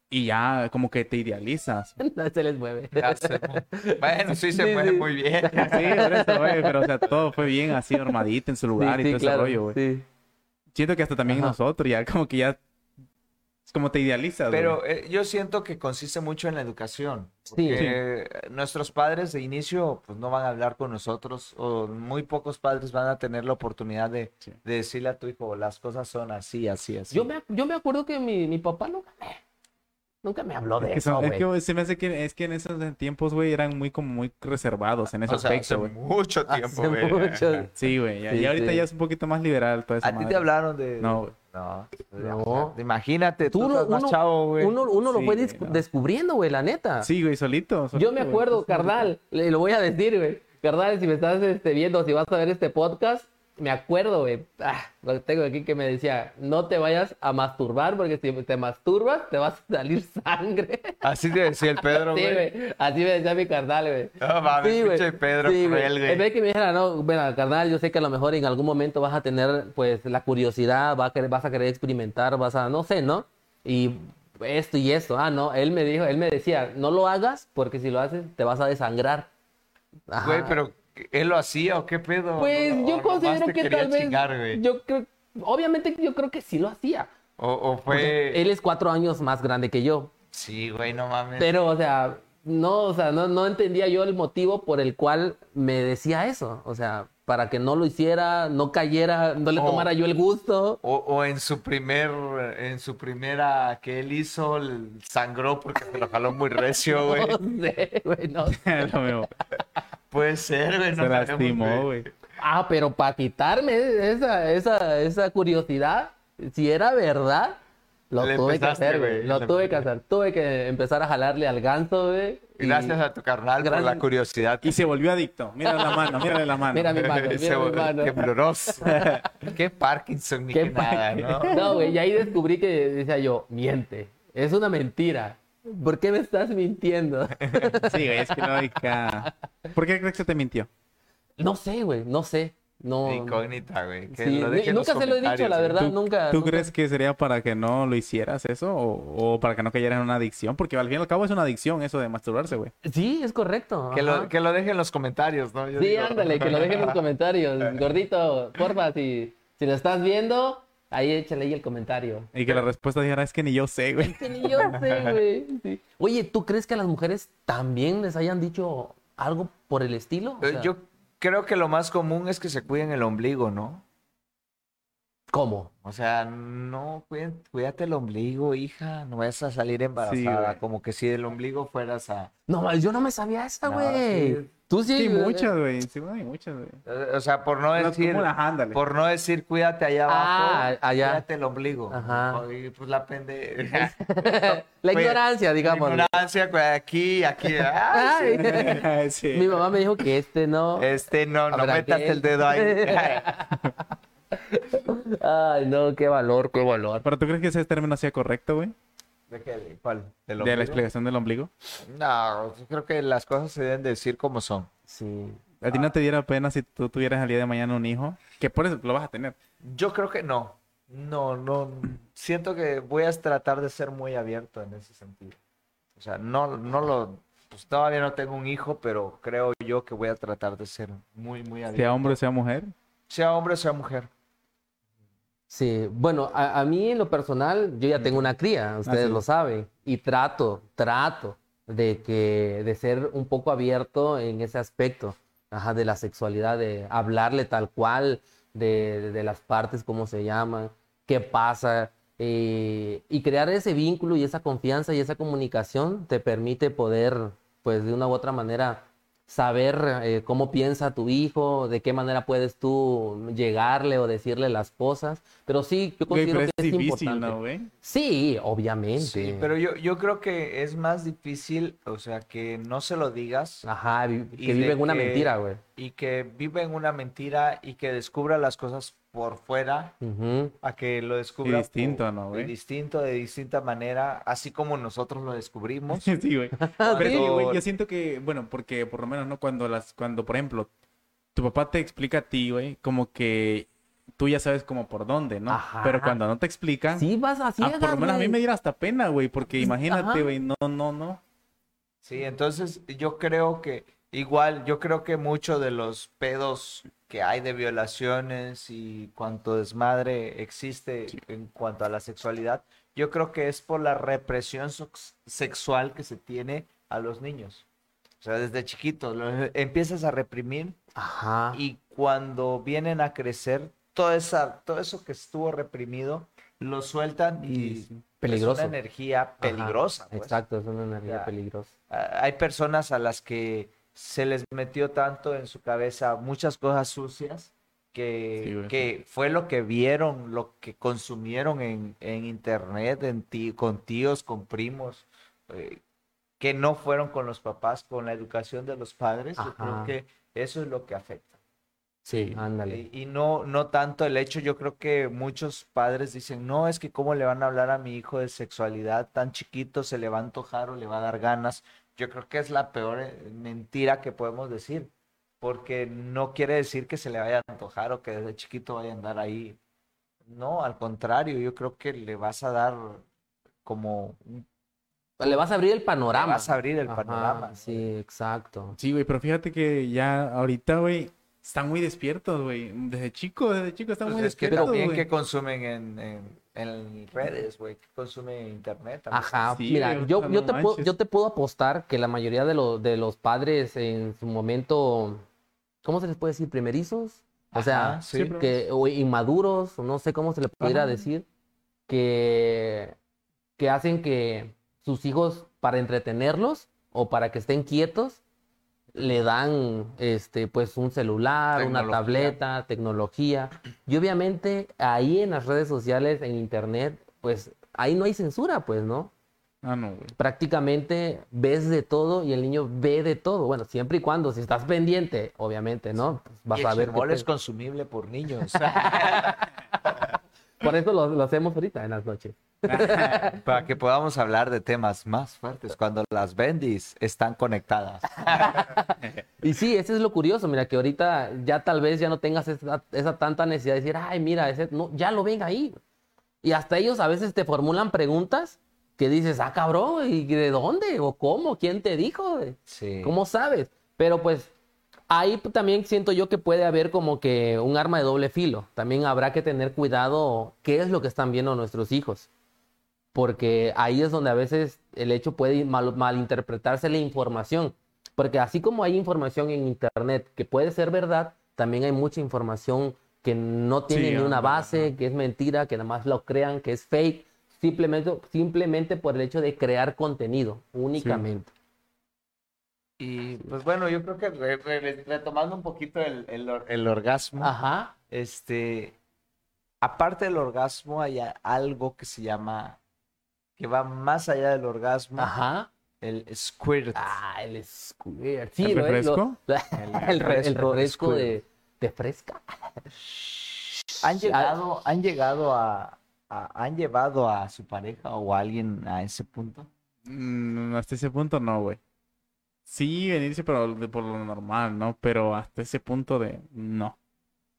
Speaker 3: Y ya como que te idealizas. Sí,
Speaker 2: No se les mueve.
Speaker 1: Ya se mu- Bueno, sí se
Speaker 2: Sí,
Speaker 1: mueve
Speaker 2: sí.
Speaker 1: muy bien.
Speaker 3: por eso, güey. Pero, o sea, todo fue bien así, armadito en su lugar
Speaker 2: Sí,
Speaker 3: y
Speaker 2: sí,
Speaker 3: todo
Speaker 2: claro,
Speaker 3: ese rollo, güey.
Speaker 2: sí.
Speaker 3: Siento que hasta también
Speaker 2: Ajá.
Speaker 3: nosotros ya como que ya... Es como te idealizas, güey.
Speaker 1: Pero eh, yo siento que consiste mucho en la educación.
Speaker 2: Sí.
Speaker 1: Porque
Speaker 3: Sí.
Speaker 1: eh, nuestros padres de inicio pues, no van a hablar con nosotros, o muy pocos padres van a tener la oportunidad de,
Speaker 3: Sí.
Speaker 1: de decirle a tu hijo, las cosas son así, así, así.
Speaker 2: Yo, me, yo me acuerdo que mi, mi papá nunca me, nunca me habló de
Speaker 3: Es que,
Speaker 2: eso,
Speaker 3: son- es
Speaker 2: güey.
Speaker 3: que, güey, se me hace que, es que en esos tiempos, güey, eran muy como muy reservados en ese
Speaker 1: O sea, hace
Speaker 3: aspecto, güey.
Speaker 1: mucho tiempo,
Speaker 2: Hace
Speaker 1: güey.
Speaker 2: mucho-
Speaker 3: Sí, güey. ya-
Speaker 2: Sí,
Speaker 3: y ahorita
Speaker 2: sí.
Speaker 3: ya es un poquito más liberal toda esa
Speaker 1: ¿A ti te
Speaker 3: madre.
Speaker 1: hablaron de...?
Speaker 3: No, güey.
Speaker 1: No.
Speaker 2: No.
Speaker 1: Imagínate, tú,
Speaker 2: Tú no-
Speaker 1: estás más
Speaker 2: uno-
Speaker 1: chavo, güey.
Speaker 2: Uno, uno lo
Speaker 3: Sí,
Speaker 2: fue
Speaker 3: güey,
Speaker 2: dis-
Speaker 3: no.
Speaker 2: descubriendo, güey, la neta.
Speaker 3: Sí, güey, solito.
Speaker 2: Yo
Speaker 3: solito,
Speaker 2: me
Speaker 3: güey.
Speaker 2: acuerdo, carnal, le lo voy a decir, güey. Carnal, si me estás este, viendo, si vas a ver este podcast, me acuerdo, güey. Ah, lo tengo aquí que me decía, no te vayas a masturbar porque si te masturbas te vas a salir sangre.
Speaker 1: Así te decía el Pedro,
Speaker 2: Sí,
Speaker 1: güey.
Speaker 2: güey. Así me decía mi carnal, güey.
Speaker 1: No mames,
Speaker 2: Sí, güey.
Speaker 1: pinche Pedro
Speaker 2: Sí,
Speaker 1: cruel, güey.
Speaker 2: En vez de que me dijera, no, mira, carnal, yo sé que a lo mejor en algún momento vas a tener, pues, la curiosidad, va a querer- vas a querer experimentar, vas a, no sé, ¿no? Y esto y esto. Ah, no, él me dijo, él me decía, no lo hagas porque si lo haces te vas a desangrar. Ajá.
Speaker 1: Güey, pero ¿él lo hacía o qué pedo?
Speaker 2: Pues
Speaker 1: No,
Speaker 2: yo
Speaker 1: nomás
Speaker 2: considero
Speaker 1: te
Speaker 2: que
Speaker 1: quería
Speaker 2: tal vez,
Speaker 1: chingar, güey.
Speaker 2: yo creo, obviamente yo creo que sí lo hacía.
Speaker 1: O, o fue...
Speaker 2: Porque Pues, Él es cuatro años más grande que yo.
Speaker 1: Sí, güey, no mames.
Speaker 2: Pero, o sea, no, o sea, no, no entendía yo el motivo por el cual me decía eso. O sea, para que no lo hiciera, no cayera, no le
Speaker 1: Oh.
Speaker 2: tomara yo el gusto.
Speaker 1: O, o en su primer, en su primera que él hizo, el- sangró porque se lo jaló muy recio, güey.
Speaker 2: No sé, güey, no sé.
Speaker 3: Lo mismo.
Speaker 1: Puede ser, güey. no
Speaker 3: Se
Speaker 1: sabemos,
Speaker 3: lastimó, güey.
Speaker 2: Ah, pero para quitarme esa, esa, esa curiosidad, si era verdad, lo
Speaker 1: Le
Speaker 2: tuve que
Speaker 1: empezaste,
Speaker 2: hacer, güey.
Speaker 1: güey,
Speaker 2: Lo
Speaker 1: le
Speaker 2: tuve que
Speaker 1: empezaste.
Speaker 2: hacer. Tuve que empezar a jalarle al ganso, güey. y-
Speaker 1: Gracias a tu carnal por
Speaker 2: Gracias.
Speaker 1: la curiosidad.
Speaker 3: Y se volvió adicto. Mira la mano, mira la mano.
Speaker 2: Mira mi mano,
Speaker 1: Se
Speaker 2: mira mi
Speaker 1: volvió
Speaker 2: mano.
Speaker 1: tembloroso. Qué Parkinson ni
Speaker 2: Qué
Speaker 1: qué, nada, ¿no?
Speaker 2: No, güey, y ahí descubrí que decía yo, miente, es una mentira. ¿Por qué me estás mintiendo?
Speaker 3: Sí, güey, es que no hay ca- ¿Por qué crees que te mintió?
Speaker 2: No sé, güey, no sé. No.
Speaker 1: Incógnita, güey. que
Speaker 2: Sí,
Speaker 1: lo
Speaker 2: ni-
Speaker 1: dejen en los
Speaker 2: nunca se lo he dicho,
Speaker 1: comentarios,
Speaker 2: la
Speaker 1: güey.
Speaker 2: verdad. nunca-
Speaker 3: ¿Tú
Speaker 2: nunca-
Speaker 3: crees que sería para que no lo hicieras eso? O, o para que no cayeras en una adicción? Porque al fin y al cabo es una adicción eso de masturbarse, güey.
Speaker 2: Sí, es correcto.
Speaker 1: ¿eh? Que lo,
Speaker 2: ajá.
Speaker 1: que lo dejen en los comentarios, ¿no? Yo
Speaker 2: Sí,
Speaker 1: digo-
Speaker 2: ándale, que lo dejen en los comentarios. Gordito, porfa, si, si lo estás viendo, ahí échale ahí el comentario.
Speaker 3: Y que la respuesta dijera, es que ni yo sé, güey.
Speaker 2: Que ni yo sé, güey. Sí. Oye, ¿tú crees que a las mujeres también les hayan dicho algo por el estilo? O
Speaker 1: Eh,
Speaker 2: sea,
Speaker 1: Yo creo que lo más común es que se cuiden el ombligo, ¿no?
Speaker 2: ¿Cómo?
Speaker 1: O sea, no, cuiden- cuídate el ombligo, hija, no vayas a salir embarazada,
Speaker 3: güey.
Speaker 1: como que si del ombligo fueras a...
Speaker 2: No, ma, yo no me sabía esa,
Speaker 1: No,
Speaker 2: güey.
Speaker 1: sí.
Speaker 2: Tú sí.
Speaker 3: Sí,
Speaker 2: güey.
Speaker 3: muchas, güey. Sí, güey, hay muchas, güey.
Speaker 1: eh, O sea, por no
Speaker 3: No,
Speaker 1: decir,
Speaker 3: como las ándale.
Speaker 1: por no decir cuídate allá
Speaker 2: Ah,
Speaker 1: abajo,
Speaker 2: allá.
Speaker 1: cuídate el ombligo.
Speaker 2: Ajá.
Speaker 1: O- y pues la pende...
Speaker 2: La
Speaker 1: Oye,
Speaker 2: ignorancia, digamos.
Speaker 1: Ignorancia, güey, aquí, aquí. ah, sí.
Speaker 2: Ay,
Speaker 3: sí.
Speaker 2: mi mamá me dijo que este no.
Speaker 1: Este, no, no
Speaker 2: Habrá
Speaker 1: metas
Speaker 2: que-
Speaker 1: el dedo ahí.
Speaker 2: Ay, no, qué valor, qué valor.
Speaker 3: ¿Pero tú crees que ese término sea correcto, güey?
Speaker 1: ¿De qué? ¿Cuál? ¿Del
Speaker 3: De la
Speaker 1: ombligo?
Speaker 3: explicación del ombligo.
Speaker 1: No, yo creo que las cosas se deben decir como son.
Speaker 2: Sí.
Speaker 3: ¿A ti no te diera pena si tú tuvieras al día de mañana un hijo? Que por eso lo vas a tener.
Speaker 1: Yo creo que no. No, no. Siento que voy a tratar de ser muy abierto en ese sentido. O sea, no, no lo. Pues todavía no tengo un hijo, pero creo yo que voy a tratar de ser muy, muy abierto.
Speaker 3: Sea hombre o sea mujer.
Speaker 1: Sea hombre o sea mujer.
Speaker 2: Sí, bueno, a, a mí en lo personal, yo ya tengo una cría, ustedes
Speaker 3: sí.
Speaker 2: lo saben, y trato, trato de que, de ser un poco abierto en ese aspecto, ajá, de la sexualidad, de hablarle tal cual, de, de las partes, cómo se llaman, qué pasa, eh, y crear ese vínculo y esa confianza y esa comunicación te permite poder, pues de una u otra manera, saber eh, cómo piensa tu hijo, de qué manera puedes tú llegarle o decirle las cosas. Pero sí, yo
Speaker 3: Güey,
Speaker 2: considero
Speaker 3: pero es
Speaker 2: que es
Speaker 3: difícil,
Speaker 2: importante.
Speaker 3: ¿no, güey?
Speaker 2: Sí, obviamente.
Speaker 1: Sí, pero yo, yo creo que es más difícil, o sea, que no se lo digas
Speaker 2: Ajá, vi-
Speaker 1: Y
Speaker 2: que
Speaker 1: de
Speaker 2: viven una
Speaker 1: que-
Speaker 2: mentira, güey.
Speaker 1: y que vive en una mentira y que descubra las cosas por fuera
Speaker 2: Ujú.
Speaker 1: a que lo descubra
Speaker 3: distinto,
Speaker 1: por-
Speaker 3: ¿no,
Speaker 1: de
Speaker 3: güey?
Speaker 1: distinto, de distinta manera, así como nosotros lo descubrimos.
Speaker 3: Sí, güey. Pero es que,
Speaker 1: Cuando-
Speaker 3: güey, yo siento que, bueno, porque por lo menos, ¿no? Cuando las, cuando, por ejemplo, tu papá te explica a ti, güey, como que tú ya sabes como por dónde, ¿no?
Speaker 2: Ajá.
Speaker 3: Pero cuando no te explican,
Speaker 2: Sí, vas a
Speaker 3: ah,
Speaker 2: ciegas,
Speaker 3: por lo menos a mí
Speaker 2: güey.
Speaker 3: me diera hasta pena, güey, porque
Speaker 2: Ajá.
Speaker 3: imagínate, güey, no, no, no.
Speaker 1: Sí, entonces yo creo que igual, yo creo que mucho de los pedos que hay de violaciones y cuanto desmadre existe en cuanto a la sexualidad, yo creo que es por la represión sox- sexual que se tiene a los niños. O sea, desde chiquitos lo- empiezas a reprimir
Speaker 2: Ajá.
Speaker 1: y cuando vienen a crecer, todo, esa, todo eso que estuvo reprimido lo sueltan y es una
Speaker 2: Peligroso.
Speaker 1: energía
Speaker 2: Ajá.
Speaker 1: peligrosa. pues.
Speaker 2: Exacto, es una energía
Speaker 1: Ya.
Speaker 2: peligrosa.
Speaker 1: Ah, Hay personas a las que se les metió tanto en su cabeza muchas cosas sucias que,
Speaker 3: Sí, güey.
Speaker 1: que fue lo que vieron, lo que consumieron en, en internet, en ti- con tíos, con primos, eh, que no fueron con los papás, con la educación de los padres. Yo
Speaker 2: Ajá.
Speaker 1: creo que eso es lo que afecta.
Speaker 2: Sí, ándale.
Speaker 1: Y, y no, no tanto el hecho, yo creo que muchos padres dicen, no, es que cómo le van a hablar a mi hijo de sexualidad tan chiquito, se le va a antojar o le va a dar ganas. Yo creo que es la peor eh, mentira que podemos decir, porque no quiere decir que se le vaya a antojar o que desde chiquito vaya a andar ahí. No, al contrario, yo creo que le vas a dar como, un-
Speaker 2: Le vas a abrir el panorama.
Speaker 1: vas a abrir el
Speaker 2: Ajá,
Speaker 1: panorama, ¿no?
Speaker 2: Sí, exacto.
Speaker 3: Sí, güey, pero fíjate que ya ahorita, güey, están muy despiertos, güey. Desde chico, desde chico están
Speaker 1: pues,
Speaker 3: muy
Speaker 1: es que
Speaker 3: despiertos,
Speaker 1: también
Speaker 3: güey.
Speaker 1: que consumen en, en- en redes, güey, que consumen en internet. también.
Speaker 2: Ajá,
Speaker 3: Sí,
Speaker 2: mira,
Speaker 3: güey,
Speaker 2: yo,
Speaker 3: no
Speaker 2: yo, te puedo,
Speaker 3: manches.
Speaker 2: yo te puedo apostar que la mayoría de, lo- de los padres en su momento ¿cómo se les puede decir? Primerizos. O sea,
Speaker 4: Ajá, sí.
Speaker 2: que, o inmaduros, o no sé cómo se le pudiera decir, que, que hacen que sus hijos, para entretenerlos o para que estén quietos, le dan este pues un celular, una
Speaker 4: Tecnología.
Speaker 2: tableta, tecnología. Y obviamente ahí en las redes sociales, en internet, pues ahí no hay censura, pues, ¿no?
Speaker 3: Ah, no, güey.
Speaker 2: prácticamente ves de todo y el niño ve de todo. Bueno, siempre y cuando, si estás pendiente, obviamente, ¿no? Pues vas
Speaker 1: Y el
Speaker 2: a ver. qué
Speaker 1: chirmol
Speaker 2: pe-
Speaker 1: es consumible por niños.
Speaker 2: Por eso lo, lo hacemos ahorita en las noches.
Speaker 1: para que podamos hablar de temas más fuertes cuando las bendis están conectadas.
Speaker 2: Y sí, ese es lo curioso, mira, que ahorita ya tal vez ya no tengas esa, esa tanta necesidad de decir, ay, mira, ese, no, ya lo ven ahí. Y hasta ellos a veces te formulan preguntas que dices, ah, cabrón, ¿y de dónde? ¿O cómo? ¿Quién te dijo?
Speaker 1: Sí.
Speaker 2: ¿Cómo sabes? Pero pues ahí p- también siento yo que puede haber como que un arma de doble filo. También habrá que tener cuidado qué es lo que están viendo nuestros hijos. Porque ahí es donde a veces el hecho puede mal- malinterpretarse la información. Porque así como hay información en internet que puede ser verdad, también hay mucha información que no tiene
Speaker 3: Sí,
Speaker 2: ni una
Speaker 3: ándale,
Speaker 2: base, que es mentira, que nada más lo crean, que es fake, simplemente, simplemente por el hecho de crear contenido, únicamente.
Speaker 4: Y pues bueno, yo creo que re- re- retomando un poquito el, el or- el orgasmo,
Speaker 2: Ajá.
Speaker 4: este,
Speaker 1: Aparte del orgasmo, hay a- algo que se llama, que va más allá del orgasmo,
Speaker 2: Ajá.
Speaker 1: el squirt.
Speaker 2: Ah, el squirt. Sí,
Speaker 3: ¿El
Speaker 2: lo- lo-
Speaker 3: refresco?
Speaker 2: lo-
Speaker 1: El
Speaker 2: el, re- el
Speaker 1: refresco
Speaker 2: refresco de,
Speaker 1: squirt.
Speaker 2: de fresca.
Speaker 1: ¿Han llegado, han llegado a, a- han llevado a su pareja o a alguien a ese punto?
Speaker 3: Mm, hasta ese punto no, güey. Sí, venirse por, de- por lo normal, ¿no? Pero hasta ese punto de no.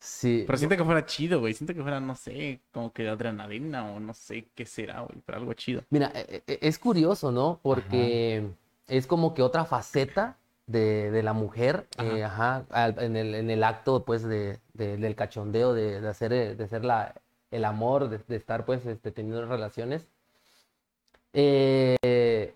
Speaker 2: Sí.
Speaker 3: Pero siento que fuera chido, güey. Siento que fuera, no sé, como que adrenalina o no sé qué será, güey. Pero algo chido.
Speaker 2: Mira, e- e- es curioso, ¿no? Porque es como que otra faceta de, de la mujer, eh, ajá, al- en, el, en el acto, pues, de, de- del cachondeo, de, de hacer, eh, de hacer la, el amor, de, de estar, pues, este, teniendo relaciones. Eh,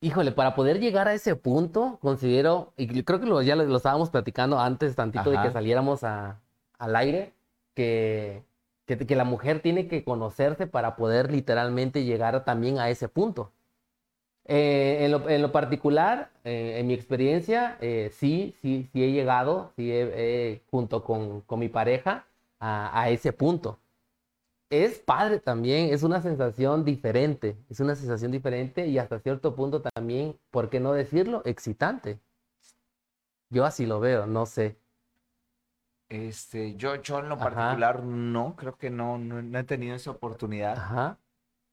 Speaker 2: híjole, para poder llegar a ese punto, considero, y yo creo que lo- ya lo, lo estábamos platicando antes, tantito, de
Speaker 1: Ajá.
Speaker 2: que saliéramos a- al aire, que que, que la mujer tiene que conocerse para poder literalmente llegar también a ese punto. Eh, en, lo, en lo particular, eh, en mi experiencia, eh, sí, sí, sí he llegado, sí he- he, junto con, con mi pareja, a, a ese punto. Es padre también, es una sensación diferente, es una sensación diferente y hasta cierto punto también, ¿por qué no decirlo? Excitante. Yo así lo veo, no sé.
Speaker 1: Este, yo, yo en lo
Speaker 2: Ajá.
Speaker 1: particular no, creo que no, no, no he tenido esa oportunidad.
Speaker 2: Ajá,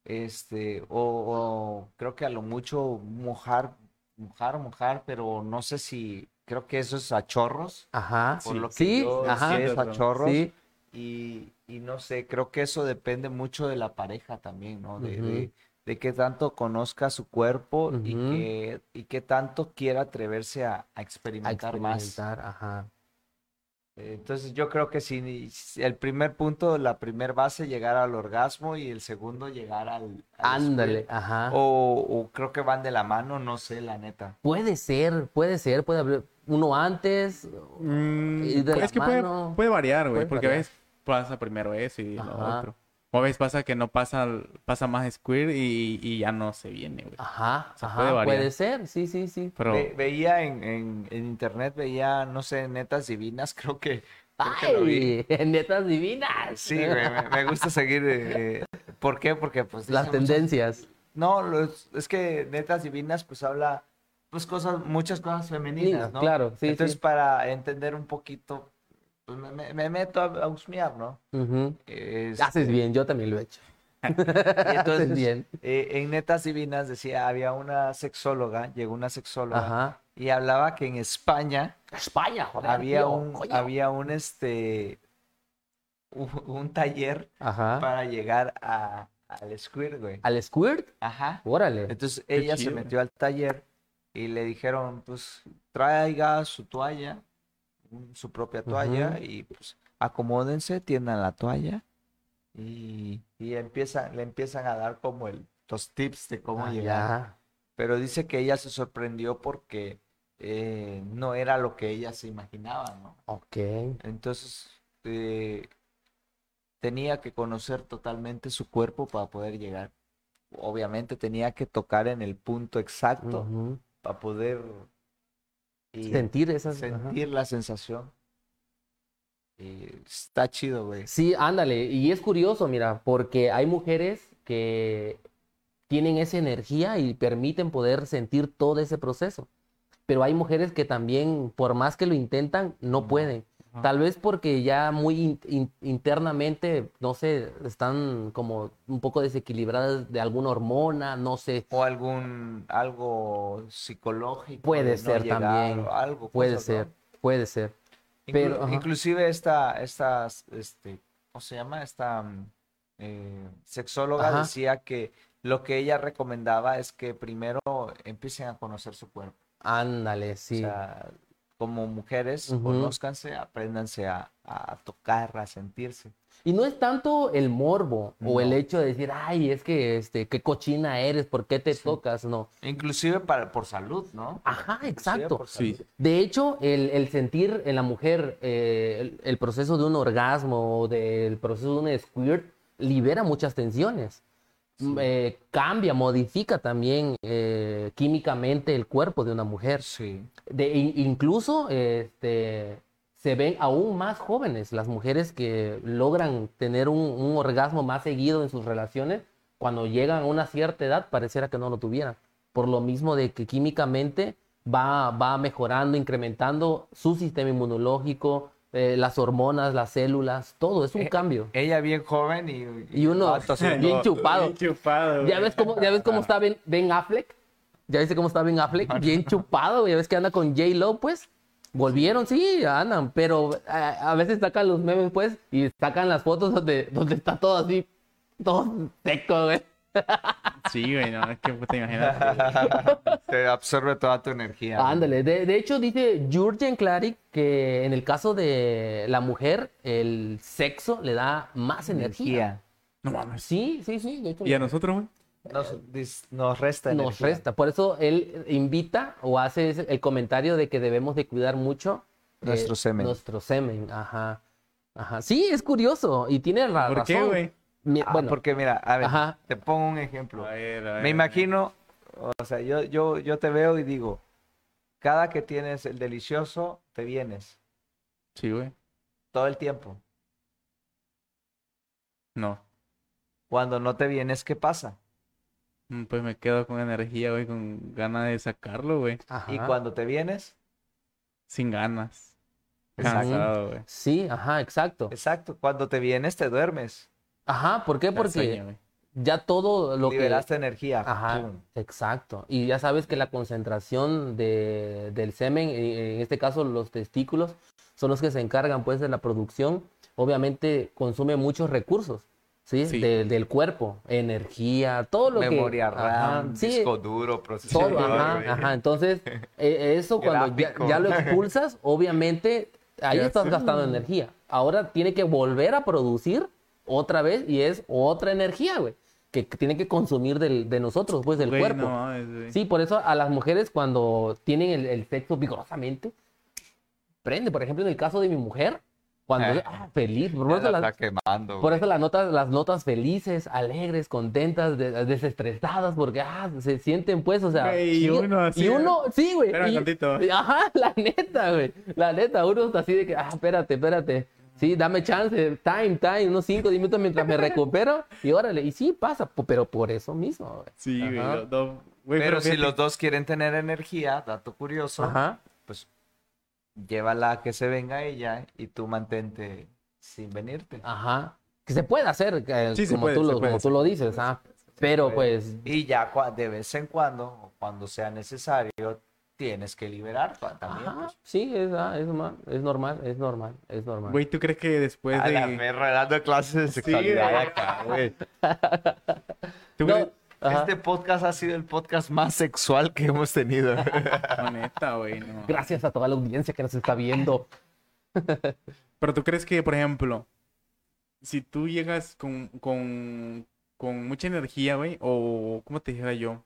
Speaker 1: Este, o, o creo que a lo mucho mojar, mojar, mojar, pero no sé si, creo que eso es a chorros,
Speaker 2: ajá.
Speaker 1: por lo que
Speaker 2: Ah, sí,
Speaker 1: yo
Speaker 2: ajá.
Speaker 1: sé es a
Speaker 3: Sí.
Speaker 1: chorros,
Speaker 2: Sí,
Speaker 1: y, y no sé, creo que eso depende mucho de la pareja también, ¿no? De,
Speaker 2: Ujú.
Speaker 1: de, de qué tanto conozca su cuerpo y
Speaker 2: Ujú.
Speaker 1: que, y qué tanto quiera atreverse a, a
Speaker 2: a
Speaker 1: experimentar más.
Speaker 2: experimentar, ajá.
Speaker 1: Eh, Entonces yo creo que si si el primer punto, la primer base, llegar al orgasmo y el segundo llegar al... al
Speaker 2: Ándale,
Speaker 1: squirt.
Speaker 2: ajá.
Speaker 1: O, o creo que van de la mano, no sé, la neta.
Speaker 2: Puede ser, puede ser, puede haber uno antes. Y de la
Speaker 3: Mm, es que puede,
Speaker 2: mano.
Speaker 3: puede variar, güey.
Speaker 2: Puede
Speaker 3: Porque a
Speaker 2: variar.
Speaker 3: veces pasa primero eso y lo
Speaker 2: Ajá.
Speaker 3: otro. O a veces pasa que no pasa, pasa más squirt y, y ya no se viene, güey.
Speaker 2: Ajá,
Speaker 3: sea,
Speaker 2: ajá,
Speaker 3: puede
Speaker 2: puede,
Speaker 3: variar.
Speaker 2: ser, sí, sí, sí.
Speaker 3: Pero
Speaker 1: Ve- veía en, en- en internet, veía, no sé, netas divinas, creo que... creo que lo vi.
Speaker 2: ¡Ay! Netas divinas.
Speaker 1: Sí, güey, me, me gusta seguir. eh, eh, ¿Por qué? Porque pues...
Speaker 2: Las
Speaker 1: dicen muchas-
Speaker 2: tendencias.
Speaker 1: No, los- es que Netas Divinas pues habla pues cosas, muchas cosas femeninas,
Speaker 2: Femeninas,
Speaker 1: ¿no?
Speaker 2: claro, sí,
Speaker 1: Entonces
Speaker 2: sí.
Speaker 1: para entender un poquito, pues me, me- me meto a, a husmear, ¿no?
Speaker 2: Ujú.
Speaker 1: Es-
Speaker 2: Haces bien, yo también lo he hecho.
Speaker 1: y entonces,
Speaker 2: haces bien.
Speaker 1: eh, en Netas Divinas decía, había una sexóloga, llegó una sexóloga
Speaker 2: Ajá.
Speaker 1: y hablaba que en España
Speaker 2: España, joder.
Speaker 1: había
Speaker 2: tío,
Speaker 1: un,
Speaker 2: coño.
Speaker 1: había un, este, un, un taller
Speaker 2: Ajá.
Speaker 1: para llegar a, al squirt, güey.
Speaker 2: Al squirt,
Speaker 1: Ajá.
Speaker 2: órale.
Speaker 1: Entonces ella se
Speaker 3: chido.
Speaker 1: metió al taller y le dijeron, pues traiga su toalla, un- su propia toalla
Speaker 2: Ujú.
Speaker 1: y pues acomódense, tiendan la toalla y, y empiezan, le empiezan a dar como el, los tips de cómo
Speaker 2: Ah,
Speaker 1: llegar.
Speaker 2: ya.
Speaker 1: Pero dice que ella se sorprendió porque eh, no era lo que ella se imaginaba, ¿no?
Speaker 2: Ok.
Speaker 1: Entonces, eh, tenía que conocer totalmente su cuerpo para poder llegar. Obviamente tenía que tocar en el punto exacto
Speaker 2: Ujú.
Speaker 1: para poder y
Speaker 2: Sentir esas. ajá.
Speaker 1: sentir la sensación. Y está chido, güey.
Speaker 2: Sí, ándale. Y es curioso, mira, porque hay mujeres que tienen esa energía y permiten poder sentir todo ese proceso. Pero hay mujeres que también, por más que lo intentan, no pueden.
Speaker 3: Ajá.
Speaker 2: Tal vez porque ya muy in- in- internamente, no sé, están como un poco desequilibradas de alguna hormona, no sé.
Speaker 1: O algún, algo psicológico.
Speaker 2: Puede
Speaker 1: de no
Speaker 2: ser
Speaker 1: llegar
Speaker 2: también.
Speaker 1: o algo,
Speaker 2: Puede
Speaker 1: cosas,
Speaker 2: ser,
Speaker 1: ¿no?
Speaker 2: puede ser.
Speaker 1: Inclu-
Speaker 2: pero, ajá.
Speaker 1: inclusive esta, esta, este, ¿cómo se llama? Esta mm, eh, sexóloga
Speaker 2: Ajá.
Speaker 1: decía que lo que ella recomendaba es que primero empiecen a conocer su cuerpo.
Speaker 2: Ándale,
Speaker 1: O
Speaker 2: sí.
Speaker 1: sea, como mujeres,
Speaker 2: Ujú.
Speaker 1: conózcanse, apréndanse a, a tocar, a sentirse.
Speaker 2: Y no es tanto el morbo o el
Speaker 1: No.
Speaker 2: hecho de decir, ay, es que, este, qué cochina eres, ¿por qué te
Speaker 1: Sí.
Speaker 2: tocas? No.
Speaker 1: Inclusive para, por salud, ¿no?
Speaker 2: Ajá,
Speaker 1: Inclusive
Speaker 2: exacto.
Speaker 1: por salud.
Speaker 3: Sí.
Speaker 2: De hecho, el, el sentir en la mujer eh, el, el proceso de un orgasmo o del proceso de un squirt libera muchas tensiones. M- eh, cambia, modifica también eh, químicamente el cuerpo de una mujer.
Speaker 1: Sí.
Speaker 2: De, in- incluso este, se ven aún más jóvenes las mujeres que logran tener un, un orgasmo más seguido en sus relaciones cuando llegan a una cierta edad pareciera que no lo tuvieran. Por lo mismo de que químicamente va, va mejorando, incrementando su sistema inmunológico, eh, las hormonas, las células, todo, es un cambio.
Speaker 1: Ella bien joven y,
Speaker 2: Y uno
Speaker 1: vato así,
Speaker 2: bien chupado.
Speaker 3: Bien chupado.
Speaker 2: ¿Ya
Speaker 3: güey.
Speaker 2: ves cómo, ya ves cómo está Ben, Ben Affleck? ¿Ya viste cómo está Ben Affleck? Bien chupado, güey. ya ves que anda con J-Lo, pues. Volvieron, sí, andan, pero eh, a, a veces sacan los memes, pues, y sacan las fotos donde, donde está todo así, todo seco, güey.
Speaker 3: Sí, güey, no, es que puta, imagínate.
Speaker 1: te absorbe toda tu energía.
Speaker 2: Ándale, de, de hecho dice Jürgen Klarik que en el caso de la mujer, el sexo le da más energía.
Speaker 3: No mames.
Speaker 2: Sí, sí, sí, de hecho.
Speaker 3: ¿Y a nosotros, güey?
Speaker 1: Nos, dis- nos resta
Speaker 2: nos
Speaker 1: energía.
Speaker 2: resta. Por eso él invita o hace ese- el comentario de que debemos de cuidar mucho eh,
Speaker 1: Nuestro semen.
Speaker 2: Nuestro semen, ajá. Ajá. Sí, es curioso y tiene ra- razón.
Speaker 3: ¿Por qué, güey?
Speaker 2: Mi-
Speaker 1: Ah,
Speaker 2: bueno,
Speaker 1: porque mira, a ver,
Speaker 2: Ajá.
Speaker 1: te pongo un ejemplo.
Speaker 3: A ver, a ver,
Speaker 1: Me imagino, o sea, yo, yo, yo te veo y digo, cada que tienes el delicioso, te vienes
Speaker 3: Sí, güey.
Speaker 1: todo el tiempo.
Speaker 3: No.
Speaker 1: Cuando no te vienes, ¿qué pasa?
Speaker 3: Mm, Pues me quedo con energía, güey, con ganas de sacarlo, güey.
Speaker 2: ajá.
Speaker 1: Y cuando te vienes,
Speaker 3: Sin ganas.
Speaker 1: Exacto.
Speaker 3: Cansado, güey.
Speaker 2: Sí, ajá, exacto.
Speaker 1: exacto, cuando te vienes, te duermes,
Speaker 2: Ajá, ¿por qué?
Speaker 3: La
Speaker 2: Porque
Speaker 3: sueño, güey.
Speaker 2: ya todo lo que
Speaker 1: liberaste energía.
Speaker 2: Ajá,
Speaker 1: pum.
Speaker 2: exacto. Y ya sabes que la concentración de, del semen, eh, en este caso los testículos, son los que se encargan pues de la producción. Obviamente consume muchos recursos, ¿sí?
Speaker 3: Sí.
Speaker 2: De- del cuerpo, energía, todo lo que...
Speaker 1: Memoria
Speaker 2: ajá,
Speaker 1: RAM,
Speaker 2: sí,
Speaker 1: disco duro, procesador.
Speaker 2: todo, ajá,
Speaker 1: güey.
Speaker 2: ajá. Entonces, eh, eso cuando ya,
Speaker 1: Gráfico.
Speaker 2: ya lo expulsas, obviamente ahí
Speaker 3: Ya
Speaker 2: estás
Speaker 3: sé.
Speaker 2: gastando energía. Ahora tiene que volver a producir otra vez y es otra energía, güey. Que que tiene que consumir del- de nosotros, pues del
Speaker 3: Güey,
Speaker 2: cuerpo.
Speaker 3: no mames, güey.
Speaker 2: Sí, por eso a las mujeres cuando tienen el, el sexo vigorosamente, prende. Por ejemplo, en el caso de mi mujer, cuando...
Speaker 1: Eh.
Speaker 2: ah, feliz. Por
Speaker 1: Ya
Speaker 2: eso,
Speaker 1: la
Speaker 2: las,
Speaker 1: está quemando.
Speaker 2: por
Speaker 1: güey.
Speaker 2: eso las notas, las notas felices, alegres, contentas, de- desestresadas, porque ah, se sienten pues, o sea...
Speaker 3: Güey, y
Speaker 2: chido.
Speaker 3: uno así,
Speaker 2: Y uno, sí, güey.
Speaker 3: Espérame
Speaker 2: y-
Speaker 3: tantito.
Speaker 2: Ajá, la neta, güey. La neta, uno está así de que, ah, espérate, espérate. Sí, dame chance, time, time, unos 5 minutos mientras me recupero. Y órale, y sí pasa, po- pero por eso mismo, güey.
Speaker 3: Sí, güey,
Speaker 2: Ajá.
Speaker 3: los dos. Güey,
Speaker 1: Pero si
Speaker 3: fíjate-
Speaker 1: los dos quieren tener energía, dato curioso,
Speaker 2: Ajá.
Speaker 1: pues llévala a que se venga ella y tú mantente sin venirte.
Speaker 2: Ajá. Que se puede hacer, eh,
Speaker 3: Sí, se
Speaker 2: como,
Speaker 3: puede,
Speaker 2: tú,
Speaker 3: se
Speaker 2: lo,
Speaker 3: puede,
Speaker 2: como
Speaker 3: se
Speaker 2: tú lo dices, ah. Pero pues,
Speaker 1: Y ya cua- de vez en cuando, o cuando sea necesario, tienes que liberar pa- también.
Speaker 2: ajá,
Speaker 1: pues.
Speaker 2: sí, es, ah, es, ma- es normal, es normal, es normal.
Speaker 3: Güey, ¿tú crees que después
Speaker 1: A la
Speaker 3: Pues de.
Speaker 1: perra, dando clases de sexualidad
Speaker 3: güey.
Speaker 1: acá, güey.
Speaker 3: ¿Tú
Speaker 2: No,
Speaker 3: crees-
Speaker 2: ajá.
Speaker 1: Este podcast ha sido el podcast más sexual que hemos tenido.
Speaker 3: No, neta, güey, no.
Speaker 2: Gracias a toda la audiencia que nos está viendo.
Speaker 3: Pero tú crees que, por ejemplo, si tú llegas con, con, con mucha energía, güey, o ¿cómo te dijera yo?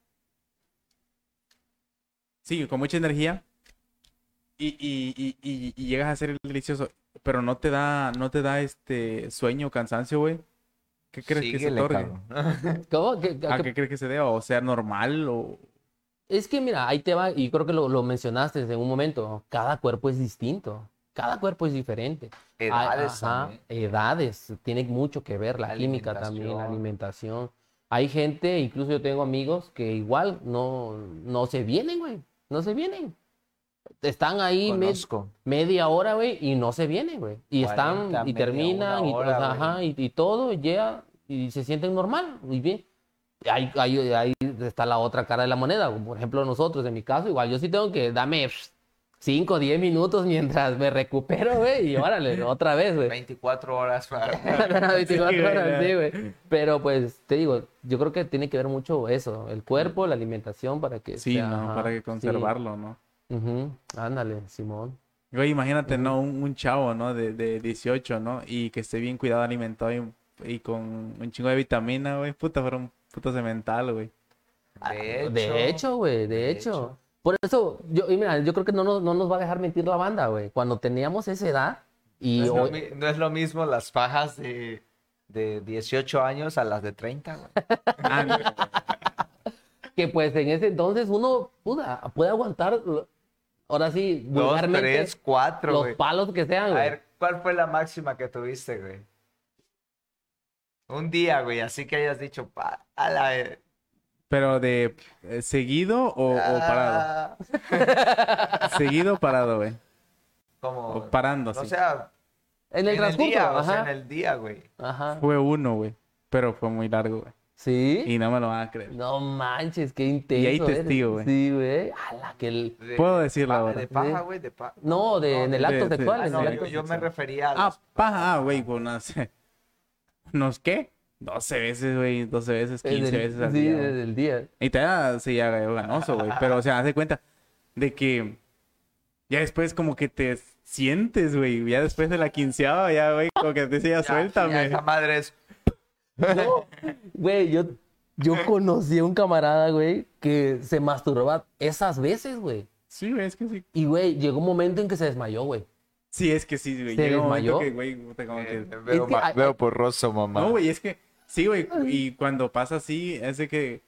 Speaker 3: Sí, con mucha energía, y, y, y, y- y llegas a hacer el delicioso, pero no te da, no te da este sueño, cansancio, güey. ¿Qué crees que se
Speaker 5: Síguele,
Speaker 3: otorgue?
Speaker 5: cabrón.
Speaker 2: ¿Cómo? ¿Qué- qué-
Speaker 3: ¿A qué crees Ah, que se deba? O sea, normal o...
Speaker 2: Es que mira, ahí te va, y creo que lo, lo mencionaste en un momento, cada cuerpo es distinto, cada cuerpo es diferente. Hay-
Speaker 5: Edades
Speaker 2: ajá,
Speaker 5: también.
Speaker 2: edades, tiene mucho que ver, la, química también, la
Speaker 5: Alimentación.
Speaker 2: alimentación. Hay gente, incluso yo tengo amigos que igual no, no se vienen, güey, no se vienen. Están ahí me-
Speaker 5: Conozco.
Speaker 2: media hora, güey, y no se vienen, güey. Y están,
Speaker 5: 40,
Speaker 2: y
Speaker 5: media,
Speaker 2: terminan,
Speaker 5: una
Speaker 2: y, o
Speaker 5: hora,
Speaker 2: sea, ajá, y, y todo, llega, y se sienten normal, muy bien. Ahí, ahí, ahí está la otra cara de la moneda. como Por ejemplo, nosotros, en mi caso, igual yo sí tengo que dame 5 o 10 minutos mientras me recupero, güey, y órale, otra vez, güey.
Speaker 5: 24 horas para...
Speaker 2: Para 24
Speaker 3: güey,
Speaker 2: horas,
Speaker 3: ya.
Speaker 2: sí, güey. Pero pues, te digo, yo creo que tiene que ver mucho eso, el cuerpo, la alimentación, para que
Speaker 3: Sí,
Speaker 2: sea,
Speaker 3: ¿no?
Speaker 2: Este, ajá,
Speaker 3: Para que
Speaker 2: sí.
Speaker 3: conservarlo, ¿no?
Speaker 2: Ujú, Ándale, Simón.
Speaker 3: Güey, imagínate, ¿no? Un, un chavo, ¿no? De, de 18, ¿no? Y que esté bien cuidado, alimentado y, y con un chingo de vitamina, güey. Puta, fuera un puto cemental, güey.
Speaker 5: De hecho,
Speaker 2: De hecho, güey, de,
Speaker 5: de
Speaker 2: hecho.
Speaker 5: hecho.
Speaker 2: Por eso, yo, y mira, yo creo que no nos, no nos va a dejar mentir la banda, güey. Cuando teníamos esa edad y
Speaker 5: Pues no, es lo
Speaker 2: hoy-
Speaker 5: mi- no es lo mismo las fajas de, de 18 años a las de 30, güey.
Speaker 3: Ah, no.
Speaker 2: que pues en ese entonces uno puda, puede aguantar, lo- ahora sí,
Speaker 5: Dos,
Speaker 2: vulgarmente,
Speaker 5: tres, cuatro,
Speaker 2: los
Speaker 5: güey.
Speaker 2: palos que sean,
Speaker 5: A
Speaker 2: güey.
Speaker 5: ver, ¿cuál fue la máxima que tuviste, güey? Un día, güey, así que hayas dicho, pa, a la... eh,
Speaker 3: Pero de eh, seguido o, o parado.
Speaker 5: ah,
Speaker 3: Seguido o parado, güey.
Speaker 5: Como...
Speaker 3: O parando,
Speaker 5: o
Speaker 3: sí.
Speaker 5: sea,
Speaker 2: En el transcurso,
Speaker 5: día, o sea,
Speaker 2: ajá.
Speaker 5: en el día, güey.
Speaker 2: Ajá.
Speaker 3: Fue uno, güey. Pero fue muy largo, güey.
Speaker 2: Sí.
Speaker 3: Y no me lo van a creer.
Speaker 2: No manches, qué intenso.
Speaker 3: Y hay
Speaker 2: eres.
Speaker 3: testigo, güey.
Speaker 2: Sí, güey. Ala, que el-
Speaker 5: De-
Speaker 3: Puedo
Speaker 5: de
Speaker 3: decirlo
Speaker 5: pa-
Speaker 3: ahora.
Speaker 5: De paja,
Speaker 2: Sí.
Speaker 5: güey, de paja.
Speaker 2: No, de, en el
Speaker 3: de-
Speaker 2: acto
Speaker 3: de-
Speaker 2: sexual.
Speaker 5: Ah,
Speaker 2: en
Speaker 5: no,
Speaker 2: el
Speaker 5: yo,
Speaker 2: acto
Speaker 5: yo me
Speaker 2: sexual.
Speaker 5: refería a
Speaker 3: Ah,
Speaker 5: las-
Speaker 3: paja, ah, güey, pues no sé. ¿Nos qué? 12 veces, güey. 12 veces, 15
Speaker 2: Desde el-
Speaker 3: veces al
Speaker 2: Sí,
Speaker 3: día, güey.
Speaker 2: desde el día.
Speaker 3: Y te da, sí, ya gallo ganoso, güey. Pero, o sea, haz de cuenta de que ya después como que te sientes, güey. Ya después de la quinceava, ya, güey, como que te decía,
Speaker 5: Ya, ya
Speaker 3: suéltame.
Speaker 5: Esa madre es...
Speaker 2: No, güey, yo, yo conocí a un camarada, güey, que se masturbaba esas veces, güey.
Speaker 3: Sí, güey, es que sí.
Speaker 2: Y, güey, llegó un momento en que se desmayó, güey.
Speaker 3: Sí, es que sí, güey.
Speaker 2: ¿Se
Speaker 3: Llega un momento
Speaker 2: desmayó?
Speaker 3: que, güey, puta, como que...
Speaker 5: eh, Veo,
Speaker 2: que
Speaker 5: ma-
Speaker 2: hay-
Speaker 1: Veo porroso, mamá.
Speaker 3: No, güey, es que sí, güey. Y cuando pasa así, es de que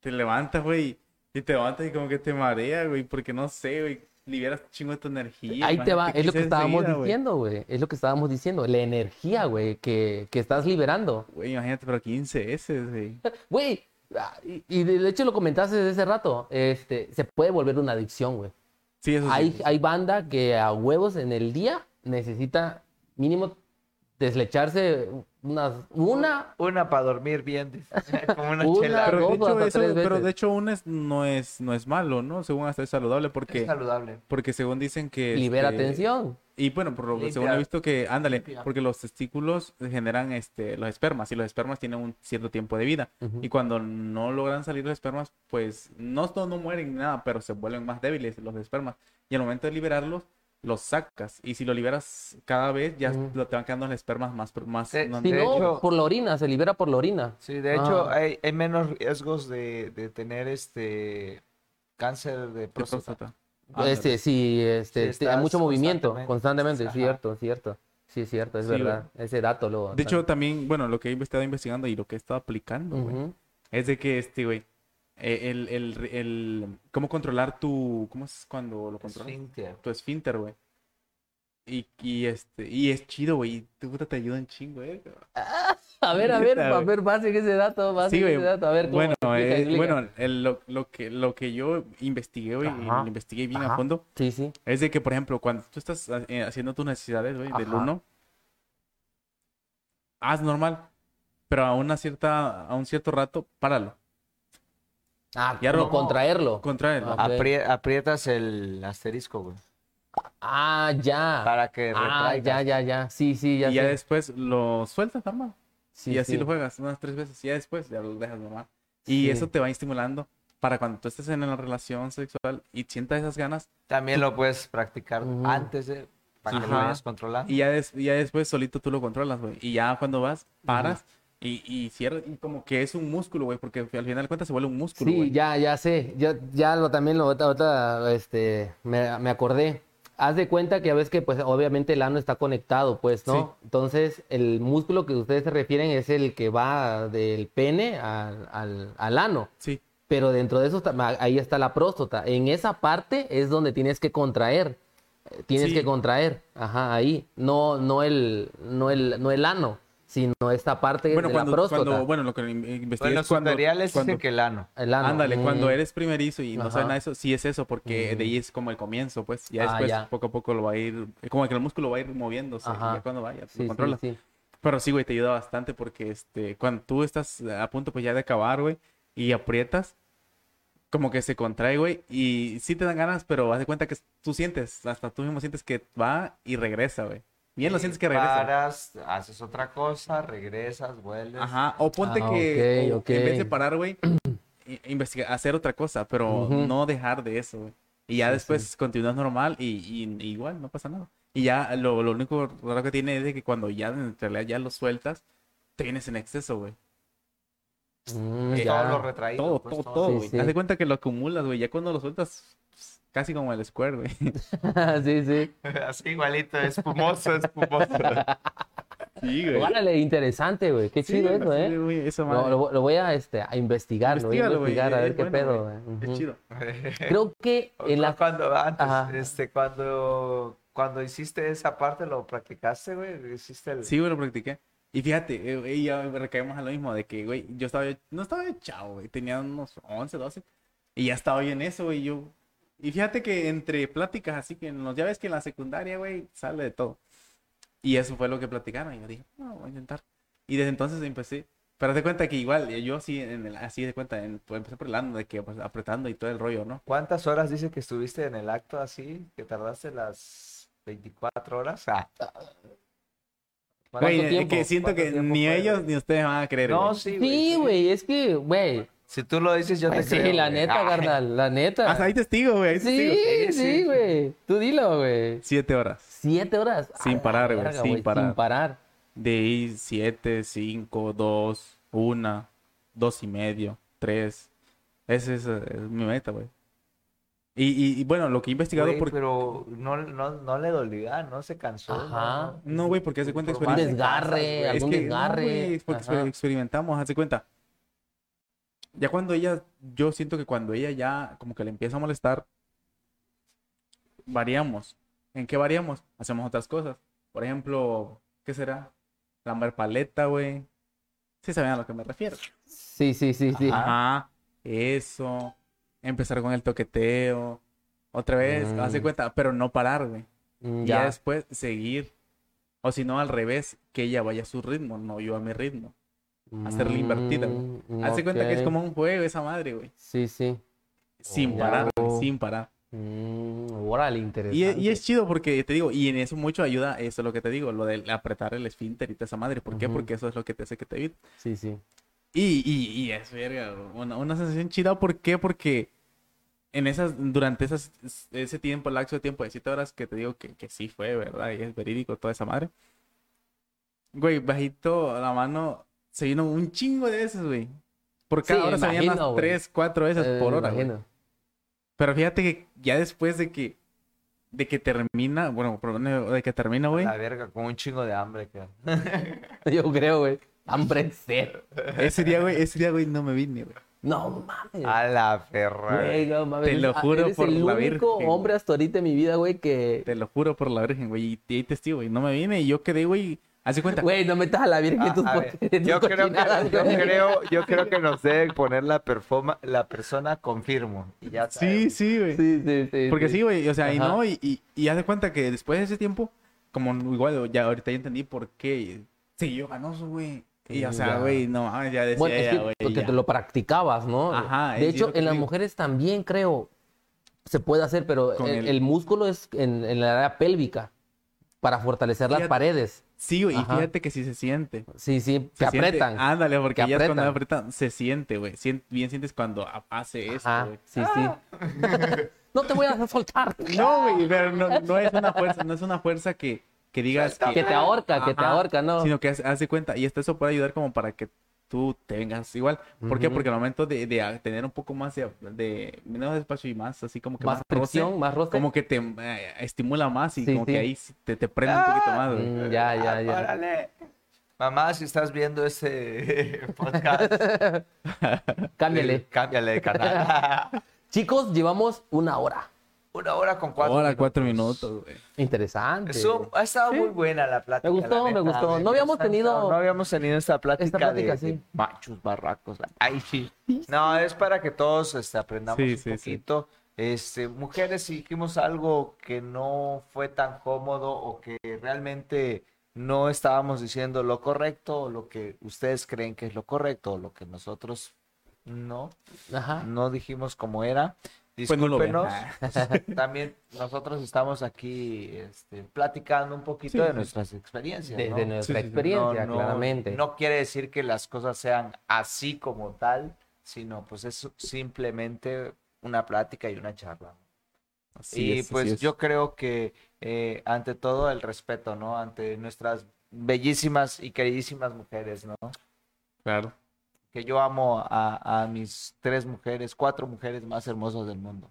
Speaker 3: te levantas, güey. Y te levantas y como que te marea, güey. Porque no sé, güey. Liberas chingo de tu energía.
Speaker 2: Ahí te va,
Speaker 3: imagínate
Speaker 2: es lo que
Speaker 3: quizás
Speaker 2: estábamos
Speaker 3: enseguida, güey.
Speaker 2: diciendo, güey. Es lo que estábamos diciendo, la energía, güey, que, que estás liberando.
Speaker 3: Güey, imagínate, pero 15 veces, güey.
Speaker 2: Güey, ah, y, y de hecho lo comentaste desde ese rato, este, se puede volver una adicción, güey.
Speaker 3: Sí, eso sí.
Speaker 2: Hay, hay banda que a huevos en el día necesita mínimo deslecharse unas, una
Speaker 5: Una para dormir bien, dice. como una,
Speaker 2: Una,
Speaker 5: chela.
Speaker 3: Pero de,
Speaker 2: Ah, dos o
Speaker 3: hecho,
Speaker 2: hasta
Speaker 3: eso-
Speaker 2: tres
Speaker 3: pero de
Speaker 2: veces.
Speaker 3: hecho aún es- no, es, no es malo, ¿no? Según hasta es saludable
Speaker 5: Es
Speaker 3: porque,
Speaker 5: saludable.
Speaker 3: porque según dicen que...
Speaker 2: libera
Speaker 3: este,
Speaker 2: tensión.
Speaker 3: Y bueno, por lo que según he
Speaker 5: Limpia.
Speaker 3: visto que, ándale,
Speaker 5: Limpia.
Speaker 3: porque los testículos generan este, los espermas y los espermas tienen un cierto tiempo de vida.
Speaker 2: Ujú.
Speaker 3: Y cuando no logran salir los espermas, pues no, no, no mueren ni nada, pero se vuelven más débiles los espermas. Y al momento de liberarlos, los sacas. Y si lo liberas cada vez, ya
Speaker 2: Ujú. Eh,
Speaker 3: lo- te van quedando los espermas más... más
Speaker 5: Sí,
Speaker 3: no-
Speaker 2: Si
Speaker 5: de
Speaker 2: no,
Speaker 5: hecho-
Speaker 2: por la orina, se libera por la orina.
Speaker 5: Sí, de hecho,
Speaker 2: Ah.
Speaker 5: hay, hay menos riesgos de, de tener este cáncer de
Speaker 3: de
Speaker 5: próstata.
Speaker 3: próstata. Ándale.
Speaker 2: este, sí, este,
Speaker 5: Sí,
Speaker 2: te- hay mucho
Speaker 5: estás
Speaker 2: movimiento
Speaker 5: constantemente.
Speaker 2: constantemente, es
Speaker 5: Ajá.
Speaker 2: cierto, es cierto. Sí, es cierto, es
Speaker 3: Sí,
Speaker 2: verdad. Ese dato lo.
Speaker 3: De hecho, también, bueno, lo que he estado investigando y lo que he estado aplicando, pues, güey,
Speaker 2: Ujú.
Speaker 3: es de que este, güey, eh, el, el, el, cómo controlar tu, ¿cómo es cuando lo controlas?
Speaker 5: Esfínter.
Speaker 3: Tu esfínter, güey. Y, y este, y es chido, güey, y tu puta te ayuda un chingo, eh.
Speaker 2: a ver, a ver,
Speaker 3: Neta,
Speaker 2: a
Speaker 3: güey.
Speaker 2: ver, más en ese dato, más
Speaker 3: Sí,
Speaker 2: en
Speaker 3: güey.
Speaker 2: ese dato. A ver, ¿cómo?
Speaker 3: Bueno,
Speaker 2: Explica,
Speaker 3: eh,
Speaker 2: explica.
Speaker 3: bueno, el- lo, lo que, lo que yo investigué, güey, y
Speaker 2: Ajá.
Speaker 3: lo investigué bien
Speaker 2: Ajá.
Speaker 3: a fondo,
Speaker 2: Sí, sí.
Speaker 3: es de que, por ejemplo, cuando tú estás ha- eh, haciendo tus necesidades, güey, del
Speaker 2: Ajá.
Speaker 3: uno, haz normal, pero a una cierta, a un cierto rato, páralo.
Speaker 2: Ah,
Speaker 3: Ya
Speaker 2: como
Speaker 3: lo-
Speaker 2: contraerlo.
Speaker 3: Contra él.
Speaker 2: Ah. Ok.
Speaker 5: Apri- aprietas el asterisco, güey.
Speaker 2: Ah, ya.
Speaker 5: Para que
Speaker 2: ah, ya,
Speaker 5: retraigas.
Speaker 2: ya, ya. Sí, sí, ya.
Speaker 3: y ya
Speaker 2: sé.
Speaker 3: después lo sueltas normal.
Speaker 2: Sí,
Speaker 3: y así
Speaker 2: sí.
Speaker 3: lo juegas unas tres veces. Y ya después ya lo dejas normal. Y
Speaker 2: Sí.
Speaker 3: eso te va estimulando para cuando tú estés en la relación sexual y sientas esas ganas.
Speaker 5: También lo puedes practicar
Speaker 2: Ujú.
Speaker 5: antes de para que lo
Speaker 3: Ajá.
Speaker 2: Ah.
Speaker 5: vayas controlando.
Speaker 3: Y ya, des- ya después solito tú lo controlas, güey. Y ya cuando vas, paras Y, y, cierra- y como que es un músculo, güey, porque al final de cuentas se vuelve un músculo,
Speaker 2: Sí,
Speaker 3: güey.
Speaker 2: ya, ya sé. Ya, ya lo también lo otra, otra, este, me, me acordé. Haz de cuenta que a veces que, pues, obviamente el ano está conectado, pues, ¿no? Entonces, el músculo que ustedes se refieren es el que va del pene al, al, al ano.
Speaker 3: Sí.
Speaker 2: Pero dentro de eso está- ma- ahí está la próstata. En esa parte es donde tienes que contraer. Eh, Tienes
Speaker 3: Sí.
Speaker 2: que contraer. Ajá, ahí. No, no el, no el, no el ano, sino esta parte
Speaker 3: Bueno,
Speaker 2: de
Speaker 3: cuando,
Speaker 2: la próstata.
Speaker 3: cuando, bueno, lo que in- eh, investigué
Speaker 5: Bueno,
Speaker 3: este, es
Speaker 5: los
Speaker 3: cuando,
Speaker 5: tutoriales
Speaker 3: cuando-
Speaker 5: dicen que el ano.
Speaker 2: El ano.
Speaker 3: Ándale,
Speaker 2: Mm.
Speaker 3: cuando eres primerizo y no
Speaker 2: Ajá.
Speaker 3: sabes nada de eso, sí es eso, porque de ahí es como el comienzo, pues. Ya
Speaker 2: Ah,
Speaker 3: después,
Speaker 2: ya.
Speaker 3: poco a poco lo va a ir, como que el músculo va a ir moviéndose. y
Speaker 2: Ajá.
Speaker 3: ya cuando vaya,
Speaker 2: Sí,
Speaker 3: lo
Speaker 2: sí,
Speaker 3: controla.
Speaker 2: sí.
Speaker 3: Pero sí, güey, te ayuda bastante porque este, cuando tú estás a punto pues ya de acabar, güey, y aprietas, como que se contrae, güey, y sí te dan ganas, pero haz de cuenta que tú sientes, hasta tú mismo sientes que va y regresa, güey. Bien lo sientes que regresa. güey.
Speaker 5: Paras, haces otra cosa, regresas, vuelves.
Speaker 3: Ajá, o ponte
Speaker 2: Ah,
Speaker 3: que
Speaker 2: ok,
Speaker 3: o- en vez de
Speaker 2: ok.
Speaker 3: parar, güey, i- investiga- hacer otra cosa, pero
Speaker 2: Ujú.
Speaker 3: no dejar de eso, güey. Y ya después continúas normal y, y- y igual, no pasa nada. Y ya lo, lo único raro que tiene es de que cuando ya en realidad ya lo sueltas, te vienes en exceso, güey.
Speaker 2: Mm,
Speaker 5: Todo
Speaker 2: ya.
Speaker 5: lo retraído.
Speaker 3: Todo,
Speaker 5: pues,
Speaker 3: todo,
Speaker 5: todo.
Speaker 3: todo,
Speaker 2: Sí,
Speaker 3: güey.
Speaker 2: sí.
Speaker 3: Haz de cuenta que lo acumulas, güey. Ya cuando lo sueltas, pues, casi como el square, güey.
Speaker 2: sí, sí.
Speaker 5: Así igualito, espumoso, espumoso.
Speaker 3: Sí,
Speaker 2: Órale, interesante, güey. Qué chido eso,
Speaker 3: güey,
Speaker 2: ¿eh?
Speaker 3: sí, güey, esa
Speaker 2: Lo,
Speaker 3: madre.
Speaker 2: lo- lo voy a, este, a investigar, lo voy a
Speaker 3: Investígalo, güey,
Speaker 2: investigar a
Speaker 3: es
Speaker 2: ver qué
Speaker 3: bueno,
Speaker 2: pedo,
Speaker 3: güey.
Speaker 2: güey.
Speaker 3: Es
Speaker 2: Ujú.
Speaker 3: chido. eh.
Speaker 2: Creo que en la...
Speaker 5: Cuando antes,
Speaker 2: Ajá.
Speaker 5: este, cuando, cuando hiciste esa parte, lo practicaste, güey. Hiciste el.
Speaker 3: Sí, güey, lo practiqué. Y fíjate, eh, güey, ya recaemos a lo mismo, de que, güey, yo estaba, no estaba yo chavo, güey, tenía unos 11, 12, y ya estaba yo en eso, güey, yo... Y fíjate que entre pláticas, así que en los, ya ves que en la secundaria, güey, sale de todo. Y eso fue lo que platicaron, y yo dije, no, voy a intentar. Y desde entonces empecé, pero te cuenta que igual, eh, yo así, en el- así de cuenta, en, pues, empecé por el ano, de que pues, apretando y todo el rollo, ¿no?
Speaker 5: ¿Cuántas horas dices que estuviste en el acto así? ¿Que tardaste las 24 horas? Ah.
Speaker 3: Güey,
Speaker 2: ¿Cuánto
Speaker 3: eh,
Speaker 2: tiempo?
Speaker 3: que siento
Speaker 5: ¿Cuánto
Speaker 3: que
Speaker 5: tiempo
Speaker 3: ni
Speaker 5: fue,
Speaker 3: ellos
Speaker 5: güey?
Speaker 3: ni ustedes van a creer,
Speaker 5: No,
Speaker 3: güey.
Speaker 5: sí, güey.
Speaker 2: Sí,
Speaker 5: sí.
Speaker 2: güey, es que, güey.
Speaker 5: Si tú lo dices, yo te
Speaker 2: pues sí,
Speaker 5: creo.
Speaker 2: la
Speaker 5: güey.
Speaker 2: neta,
Speaker 5: Ah,
Speaker 2: carnal, la neta.
Speaker 3: Hasta hay testigos, güey, hay
Speaker 2: Sí,
Speaker 3: testigos.
Speaker 2: sí, güey. Tú dilo, güey.
Speaker 3: Siete horas.
Speaker 2: Siete horas. A
Speaker 3: Sin
Speaker 2: la
Speaker 3: parar, güey,
Speaker 2: verga,
Speaker 3: sin parar.
Speaker 2: Sin parar.
Speaker 3: De ahí 7, 5, 2, 1, 2 y medio, 3. Esa es, eh, es mi meta, güey. Y, y- y, bueno, lo que he investigado
Speaker 5: güey,
Speaker 3: porque...
Speaker 5: Pero no, no, no le dolía, no se cansó. ¿no?
Speaker 2: Ajá.
Speaker 3: No, güey, porque hace cuenta
Speaker 5: Por
Speaker 2: Un
Speaker 5: más
Speaker 3: Vale,
Speaker 5: que cansas,
Speaker 2: desgarre,
Speaker 5: güey.
Speaker 3: Es
Speaker 2: pues, algún
Speaker 3: que, no,
Speaker 2: desgarre.
Speaker 3: güey, es porque
Speaker 2: Ajá.
Speaker 3: exper- experimentamos, hazte cuenta. Ya cuando ella, yo siento que cuando ella ya como que le empieza a molestar, variamos. ¿En qué variamos? Hacemos otras cosas. Por ejemplo, ¿qué será? Lamber paleta, güey. Sí saben a lo que me refiero.
Speaker 2: Sí, sí, sí, sí.
Speaker 3: Ajá, eso. Empezar con el toqueteo. Otra vez,
Speaker 2: Mm.
Speaker 3: hace cuenta, pero no parar, güey.
Speaker 2: Mm,
Speaker 3: Y ya
Speaker 2: Ya.
Speaker 3: después seguir. O si no, al revés, que ella vaya a su ritmo, no yo a mi ritmo. hacerle invertida, güey.
Speaker 2: Mm,
Speaker 3: Hace cuenta que es
Speaker 2: ok.
Speaker 3: como un juego esa madre, güey.
Speaker 2: Sí, sí.
Speaker 3: Sin
Speaker 2: Oh.
Speaker 3: parar, güey, sin parar.
Speaker 2: Mm, órale, interesante.
Speaker 3: Y, es- y es chido porque te digo, y en eso mucho ayuda, eso es lo que te digo, lo de apretar el esfínter y toda esa madre. ¿Por qué?
Speaker 2: Ujú.
Speaker 3: Porque eso es lo que te hace que te evites.
Speaker 2: Sí, sí.
Speaker 3: Y, y, y es verga, una, una sensación chida, ¿por qué? Porque en esas, durante esas, ese tiempo, laxo de tiempo de 7 horas que te digo que, que sí fue, ¿verdad? Y es verídico toda esa madre. Güey, bajito la mano, se vino un chingo de veces, güey. Por cada
Speaker 2: Sí,
Speaker 3: hora se venían
Speaker 2: imagino,
Speaker 3: las
Speaker 2: güey.
Speaker 3: 3, 4 veces
Speaker 2: Eh,
Speaker 3: por
Speaker 2: me
Speaker 3: hora, güey.
Speaker 2: imagino.
Speaker 3: Pero fíjate que ya después de que, de que termina, bueno, por lo menos de que termina, güey,
Speaker 5: La verga, con un chingo de hambre. Que...
Speaker 2: Yo creo, güey. Hambre cero.
Speaker 3: ese día, güey, ese día, güey, no me vine, güey.
Speaker 2: No mames.
Speaker 5: A la perra.
Speaker 2: Güey, no mames.
Speaker 3: Ah, Te lo
Speaker 2: Ah,
Speaker 3: juro
Speaker 2: eres
Speaker 3: por
Speaker 2: el
Speaker 3: la
Speaker 2: único
Speaker 3: Virgen,
Speaker 2: hombre
Speaker 3: güey.
Speaker 2: hasta ahorita en mi vida, güey, que...
Speaker 3: Te lo juro por la virgen, güey. Y, y hay testigo, güey, no me vine. Y yo quedé, güey, hace cuenta.
Speaker 2: Güey, no metas a la Virgen en
Speaker 5: Ah,
Speaker 2: tus,
Speaker 5: a
Speaker 2: po-
Speaker 5: ver,
Speaker 2: en tus
Speaker 5: yo, creo que,
Speaker 2: cochinadas,
Speaker 5: yo,
Speaker 2: güey.
Speaker 5: creo, yo creo que nos deben poner la, perfoma, la persona confirmo. Y ya
Speaker 3: Sí,
Speaker 5: sabemos.
Speaker 3: sí, güey.
Speaker 2: Sí, sí, sí.
Speaker 3: Porque sí, güey, o sea, y
Speaker 2: Ajá.
Speaker 3: no, y, y, y haz de cuenta que después de ese tiempo, como igual, ya ahorita ya entendí por qué siguió ganoso, güey. Y o
Speaker 2: Mm,
Speaker 3: sea,
Speaker 2: ya.
Speaker 3: güey, no, ah, ya decía,
Speaker 2: Bueno, es
Speaker 3: ya,
Speaker 2: que
Speaker 3: güey.
Speaker 2: tú- te,
Speaker 3: ya.
Speaker 2: te lo practicabas, ¿no?
Speaker 3: Ajá,
Speaker 2: De
Speaker 3: es
Speaker 2: hecho,
Speaker 3: lo que
Speaker 2: en
Speaker 3: te
Speaker 2: las
Speaker 3: digo.
Speaker 2: mujeres también creo se puede hacer, pero
Speaker 3: Con
Speaker 2: el,
Speaker 3: el-
Speaker 2: el músculo es en, en la área pélvica para fortalecer las
Speaker 3: Fíjate.
Speaker 2: paredes.
Speaker 3: Sí, güey, y
Speaker 2: Ajá.
Speaker 3: fíjate que sí se siente.
Speaker 2: Sí, sí,
Speaker 3: Se
Speaker 2: te
Speaker 3: siente-
Speaker 2: apretan.
Speaker 3: Ándale, porque
Speaker 2: Te
Speaker 3: ya es cuando
Speaker 2: apretan.
Speaker 3: apretan, se siente, güey. Sien- bien sientes cuando a- hace eso,
Speaker 2: Ajá,
Speaker 3: güey. Ah.
Speaker 2: sí, sí. no te voy a dejar soltar.
Speaker 3: No, güey, pero no, no es una fuerza, no es una fuerza que, que digas
Speaker 6: Suelta.
Speaker 2: Que te ahorca, que te
Speaker 3: Ajá.
Speaker 2: ahorca, ¿no?
Speaker 3: sino que haz, haz de cuenta. Y hasta eso puede ayudar como para que tú te vengas igual. ¿Por qué?
Speaker 2: Ujú.
Speaker 3: Porque al momento de, de a- tener un poco más de, de menos espacio y más así como que
Speaker 2: más
Speaker 3: roce,
Speaker 2: fricción, más roce.
Speaker 3: como que te eh, estimula más y
Speaker 2: Sí,
Speaker 3: como
Speaker 2: sí.
Speaker 3: que ahí sí te, te prende un poquito más. güey.
Speaker 2: Mm, ya, ya,
Speaker 5: Ah,
Speaker 2: ya.
Speaker 1: Ah,
Speaker 6: Órale.
Speaker 1: Mamá, si estás viendo ese podcast,
Speaker 2: Cámbiale.
Speaker 1: cámbiale de canal.
Speaker 2: Chicos, llevamos una hora.
Speaker 1: Una hora con cuatro.
Speaker 3: Ahora
Speaker 1: minutos.
Speaker 3: cuatro minutos, güey.
Speaker 2: Interesante.
Speaker 1: Estuvo- ha estado muy buena la plática.
Speaker 2: Me gustó,
Speaker 1: la
Speaker 2: me
Speaker 1: neta,
Speaker 2: gustó.
Speaker 1: güey.
Speaker 2: No habíamos
Speaker 1: Ha estado-
Speaker 2: tenido-
Speaker 1: No habíamos tenido esta plática,
Speaker 2: plática,
Speaker 1: de,
Speaker 2: sí.
Speaker 1: de machos barracos. Ay, sí. No, es para que todos este, aprendamos
Speaker 3: Sí,
Speaker 1: un
Speaker 3: sí, sí.
Speaker 1: poquito. Este, mujeres, si dijimos algo que no fue tan cómodo o que realmente no estábamos diciendo lo correcto o lo que ustedes creen que es lo correcto o lo que nosotros no,
Speaker 2: Ajá.
Speaker 1: no dijimos cómo era.
Speaker 3: Pues no lo vean.
Speaker 1: Discúlpenos. También nosotros estamos aquí este, platicando un poquito
Speaker 3: Sí,
Speaker 1: de
Speaker 3: sí.
Speaker 1: nuestras experiencias.
Speaker 2: Desde
Speaker 1: ¿no?
Speaker 2: nuestra
Speaker 3: Sí, sí, sí.
Speaker 2: experiencia,
Speaker 1: No, no-
Speaker 2: claramente.
Speaker 1: No quiere decir que las cosas sean así como tal, sino pues es simplemente una plática y una charla.
Speaker 3: Así
Speaker 1: y
Speaker 3: es, así
Speaker 1: pues
Speaker 3: es.
Speaker 1: yo creo que eh, ante todo el respeto, ¿no? Ante nuestras bellísimas y queridísimas mujeres, ¿no?
Speaker 3: Claro.
Speaker 1: Que yo amo a, a mis tres mujeres, cuatro mujeres más hermosas del mundo.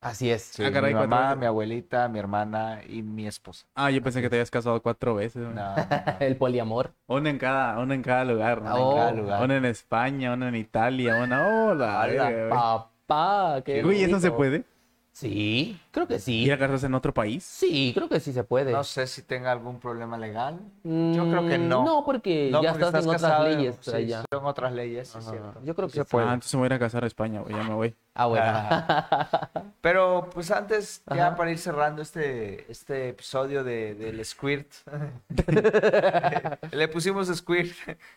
Speaker 2: Así es.
Speaker 1: Sí,
Speaker 3: Ah, caray,
Speaker 1: mi
Speaker 3: cuatro
Speaker 1: mamá,
Speaker 3: veces.
Speaker 1: mi abuelita, mi hermana y mi esposa.
Speaker 3: Ah, yo pensé que te habías casado cuatro veces.
Speaker 1: No,
Speaker 3: güey.
Speaker 1: no, no.
Speaker 2: El poliamor.
Speaker 3: Una en cada, una en cada lugar, ¿no?
Speaker 2: Oh.
Speaker 1: cada lugar.
Speaker 3: Una en España, una en Italia, una oh, hola.
Speaker 1: Hola,
Speaker 2: Papá, qué
Speaker 3: Güey, ¿eso se
Speaker 2: rico.
Speaker 3: puede?
Speaker 2: Sí, creo que sí.
Speaker 3: ¿Ir a casarse en otro país?
Speaker 2: Sí, creo que sí se puede.
Speaker 1: No sé si tenga algún problema legal. Yo creo que
Speaker 2: Mm,
Speaker 1: no.
Speaker 2: No, porque
Speaker 1: No,
Speaker 2: ya
Speaker 1: porque
Speaker 2: estás, en
Speaker 1: casado,
Speaker 2: otras leyes
Speaker 1: sí,
Speaker 2: allá.
Speaker 1: Son otras leyes, sí,
Speaker 2: Ajá.
Speaker 1: cierto.
Speaker 2: Yo creo que sí.
Speaker 3: Ah, entonces me voy a ir a casar a España, güey, ya me voy.
Speaker 2: Ah, bueno.
Speaker 1: Pero pues antes,
Speaker 2: Ajá.
Speaker 1: ya para ir cerrando este, este episodio de, del Squirt, le pusimos Squirt,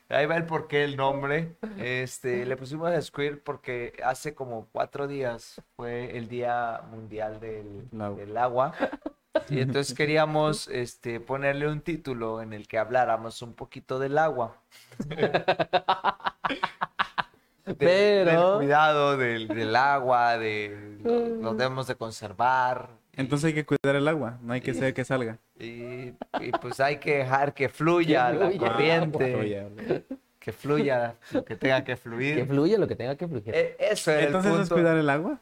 Speaker 1: ahí va el porqué, el nombre. Este, le pusimos Squirt porque hace como cuatro días fue el Día Mundial del,
Speaker 3: El agua.
Speaker 1: del Agua. Y entonces queríamos este, ponerle un título en el que habláramos un poquito del agua. De-
Speaker 2: Pero-
Speaker 1: Del cuidado del, del agua, de lo-
Speaker 2: Mm.
Speaker 1: lo debemos de conservar.
Speaker 3: Entonces hay que cuidar el agua, no hay que ser que salga.
Speaker 1: Y, y, pues hay que dejar que fluya
Speaker 2: Que
Speaker 1: la
Speaker 2: fluya.
Speaker 1: corriente,
Speaker 3: Oye, oye.
Speaker 1: que fluya lo que tenga que fluir.
Speaker 2: Que fluye lo que tenga que fluir.
Speaker 1: E- Eso era
Speaker 3: Entonces
Speaker 1: el
Speaker 3: es
Speaker 1: punto.
Speaker 3: cuidar el agua.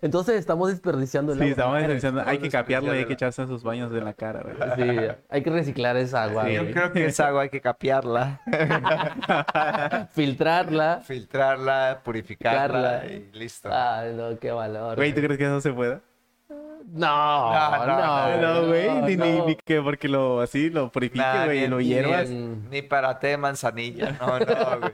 Speaker 2: Entonces estamos desperdiciando el
Speaker 3: Sí,
Speaker 2: agua.
Speaker 3: estamos pensando, hay que
Speaker 1: Estamos
Speaker 3: capearlo y hay
Speaker 1: desperdiciando
Speaker 3: que echarse sus baños de la cara, güey.
Speaker 2: Sí, hay que reciclar esa agua,
Speaker 3: Sí,
Speaker 1: Yo
Speaker 2: güey.
Speaker 1: creo que esa agua hay que capearla,
Speaker 2: filtrarla.
Speaker 1: filtrarla, purificarla
Speaker 2: Carla.
Speaker 1: y listo.
Speaker 2: Ah, no, qué valor.
Speaker 3: Güey, ¿tú crees que eso se pueda?
Speaker 2: No,
Speaker 1: No,
Speaker 2: Ah, no,
Speaker 1: no,
Speaker 3: No, güey, ni, ni-
Speaker 2: no.
Speaker 3: ni que porque lo así lo purifique,
Speaker 1: Nah,
Speaker 3: güey,
Speaker 1: ni-
Speaker 3: y lo
Speaker 1: ni-
Speaker 3: hiervas.
Speaker 2: Mm,
Speaker 1: Ni para té de manzanilla, no, no, güey.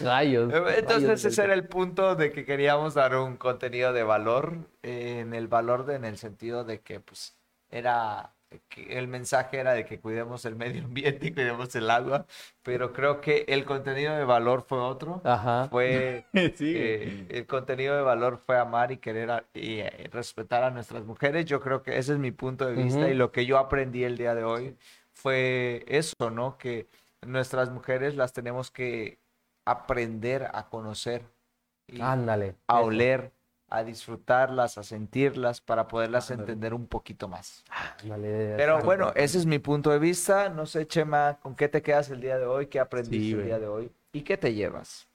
Speaker 2: Rayos.
Speaker 1: Eh, Entonces
Speaker 2: rayos
Speaker 1: ese era el punto de que queríamos dar un contenido de valor, eh, en el valor de- en el sentido de que pues era, que el mensaje era de que cuidemos el medio ambiente y cuidemos el agua, pero creo que el contenido de valor fue otro,
Speaker 2: Ajá.
Speaker 1: fue...
Speaker 3: Sí, güey.
Speaker 1: eh, el contenido de valor fue amar y querer a- y eh, respetar a nuestras mujeres. Yo creo que ese es mi punto de vista
Speaker 2: Ujú.
Speaker 1: y lo que yo aprendí el día de hoy fue eso, ¿no? Que nuestras mujeres las tenemos que aprender a conocer,
Speaker 3: Ah,
Speaker 1: y
Speaker 2: Ándale.
Speaker 1: a
Speaker 2: eso.
Speaker 1: oler, a disfrutarlas, a sentirlas para poderlas
Speaker 3: Ándale. Ah,
Speaker 1: entender un poquito más.
Speaker 2: Ándale,
Speaker 1: Pero
Speaker 2: exacto.
Speaker 1: bueno, ese es mi punto de vista. No sé, Chema, ¿con qué te quedas el día de hoy? ¿Qué aprendiste
Speaker 3: Sí,
Speaker 1: el
Speaker 3: güey.
Speaker 1: día de hoy? ¿Y qué te llevas?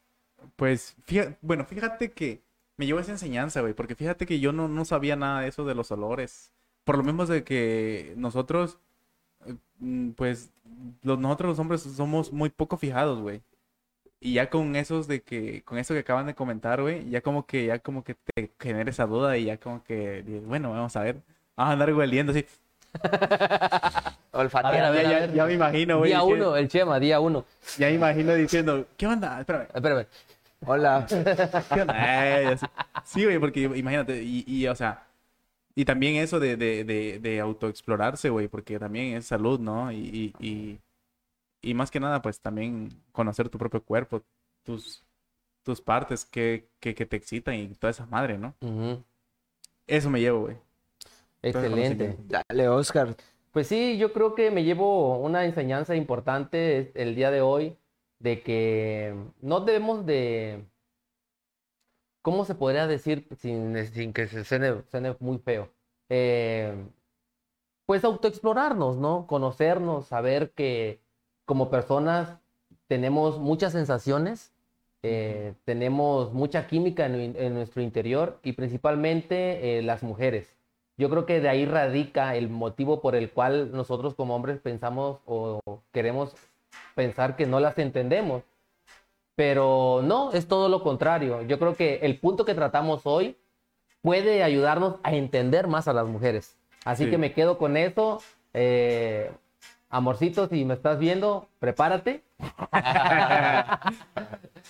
Speaker 3: Pues, fíjate, bueno, fíjate que me llevó esa enseñanza, güey, porque fíjate que yo no, no sabía nada de eso de los olores. Por lo mismo de que nosotros, eh, mm, pues, los, nosotros los hombres somos muy poco fijados, güey. Y ya con esos de que, con eso que acaban de comentar, güey, ya como que, ya como que te genera esa duda y ya como que, dices, bueno, vamos a ver, vamos a andar hueliendo así.
Speaker 2: A ver,
Speaker 1: Olfatear.
Speaker 2: a ver,
Speaker 3: Ya,
Speaker 2: a
Speaker 3: ya-
Speaker 2: ver.
Speaker 3: ya me imagino, güey.
Speaker 2: Día
Speaker 3: que-
Speaker 2: uno, el Chema, día uno.
Speaker 3: Ya me imagino diciendo, ¿qué onda? Espérame.
Speaker 2: Espérame.
Speaker 1: Hola.
Speaker 3: ¿Qué onda? Ay, así. Sí, güey, porque imagínate, y, y, o sea, y también eso de, de, de, de autoexplorarse, güey, porque también es salud, ¿no? Y, y, y, y más que nada, pues también conocer tu propio cuerpo, tus, tus partes que, que, que te excitan y todas esas madres, ¿no?
Speaker 2: Ujú.
Speaker 3: Eso me llevo, güey.
Speaker 2: Excelente.
Speaker 3: conocimiento.
Speaker 1: Dale, Oscar.
Speaker 2: Pues sí, yo creo que me llevo una enseñanza importante es- el día de hoy de que no debemos de... eh, ¿Cómo se podría decir sin, sin que se suene, suene muy feo? eh, pues autoexplorarnos, ¿no? Conocernos, saber que como personas tenemos muchas sensaciones, eh, tenemos mucha química en, en nuestro interior y principalmente eh, las mujeres. Yo creo que de ahí radica el motivo por el cual nosotros como hombres pensamos o queremos pensar que no las entendemos. Pero no, es todo lo contrario. Yo creo que el punto que tratamos hoy puede ayudarnos a entender más a las mujeres. Así
Speaker 3: Sí.
Speaker 2: que me quedo con eso. Eh, amorcito, si me estás viendo, prepárate.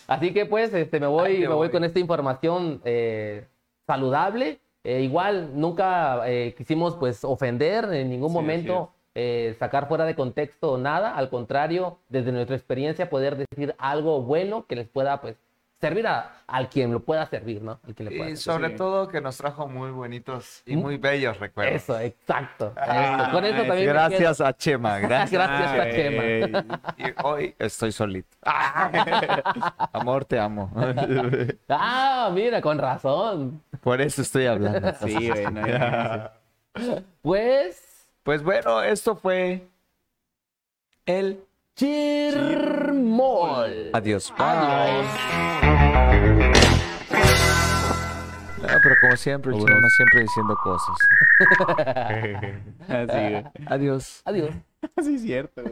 Speaker 2: Así que pues este, me, voy,
Speaker 1: Ahí te
Speaker 2: me voy
Speaker 1: voy.
Speaker 2: con esta información eh, saludable. Eh, igual nunca eh, quisimos pues ofender en ningún
Speaker 3: Sí, así es.
Speaker 2: momento, eh, sacar fuera de contexto nada. Al contrario, desde nuestra experiencia poder decir algo bueno que les pueda pues servir a, al quien lo pueda servir, ¿no? Al quien le pueda
Speaker 1: Y
Speaker 2: servir.
Speaker 1: sobre
Speaker 3: sí.
Speaker 1: todo que nos trajo muy bonitos y
Speaker 2: ¿Mm?
Speaker 1: muy bellos recuerdos.
Speaker 2: Eso, exacto.
Speaker 3: Ah,
Speaker 2: Eso. Con eso
Speaker 3: es-
Speaker 2: también me quedo.
Speaker 1: Gracias a Chema, gracias.
Speaker 2: Gracias, Tachema.
Speaker 3: Tachema.
Speaker 1: Y hoy estoy solito. Amor, te amo.
Speaker 2: Ah, mira, con razón.
Speaker 1: Por eso estoy hablando.
Speaker 3: Sí, güey, no hay nada
Speaker 2: Pues
Speaker 1: Pues bueno, esto fue el
Speaker 2: Chirmol.
Speaker 1: adiós.
Speaker 2: Adiós.
Speaker 1: No, Ah, pero como siempre, el Chema siempre diciendo cosas.
Speaker 3: que decir. Así, güey.
Speaker 1: Adiós.
Speaker 2: Adiós.
Speaker 3: Así es cierto, güey.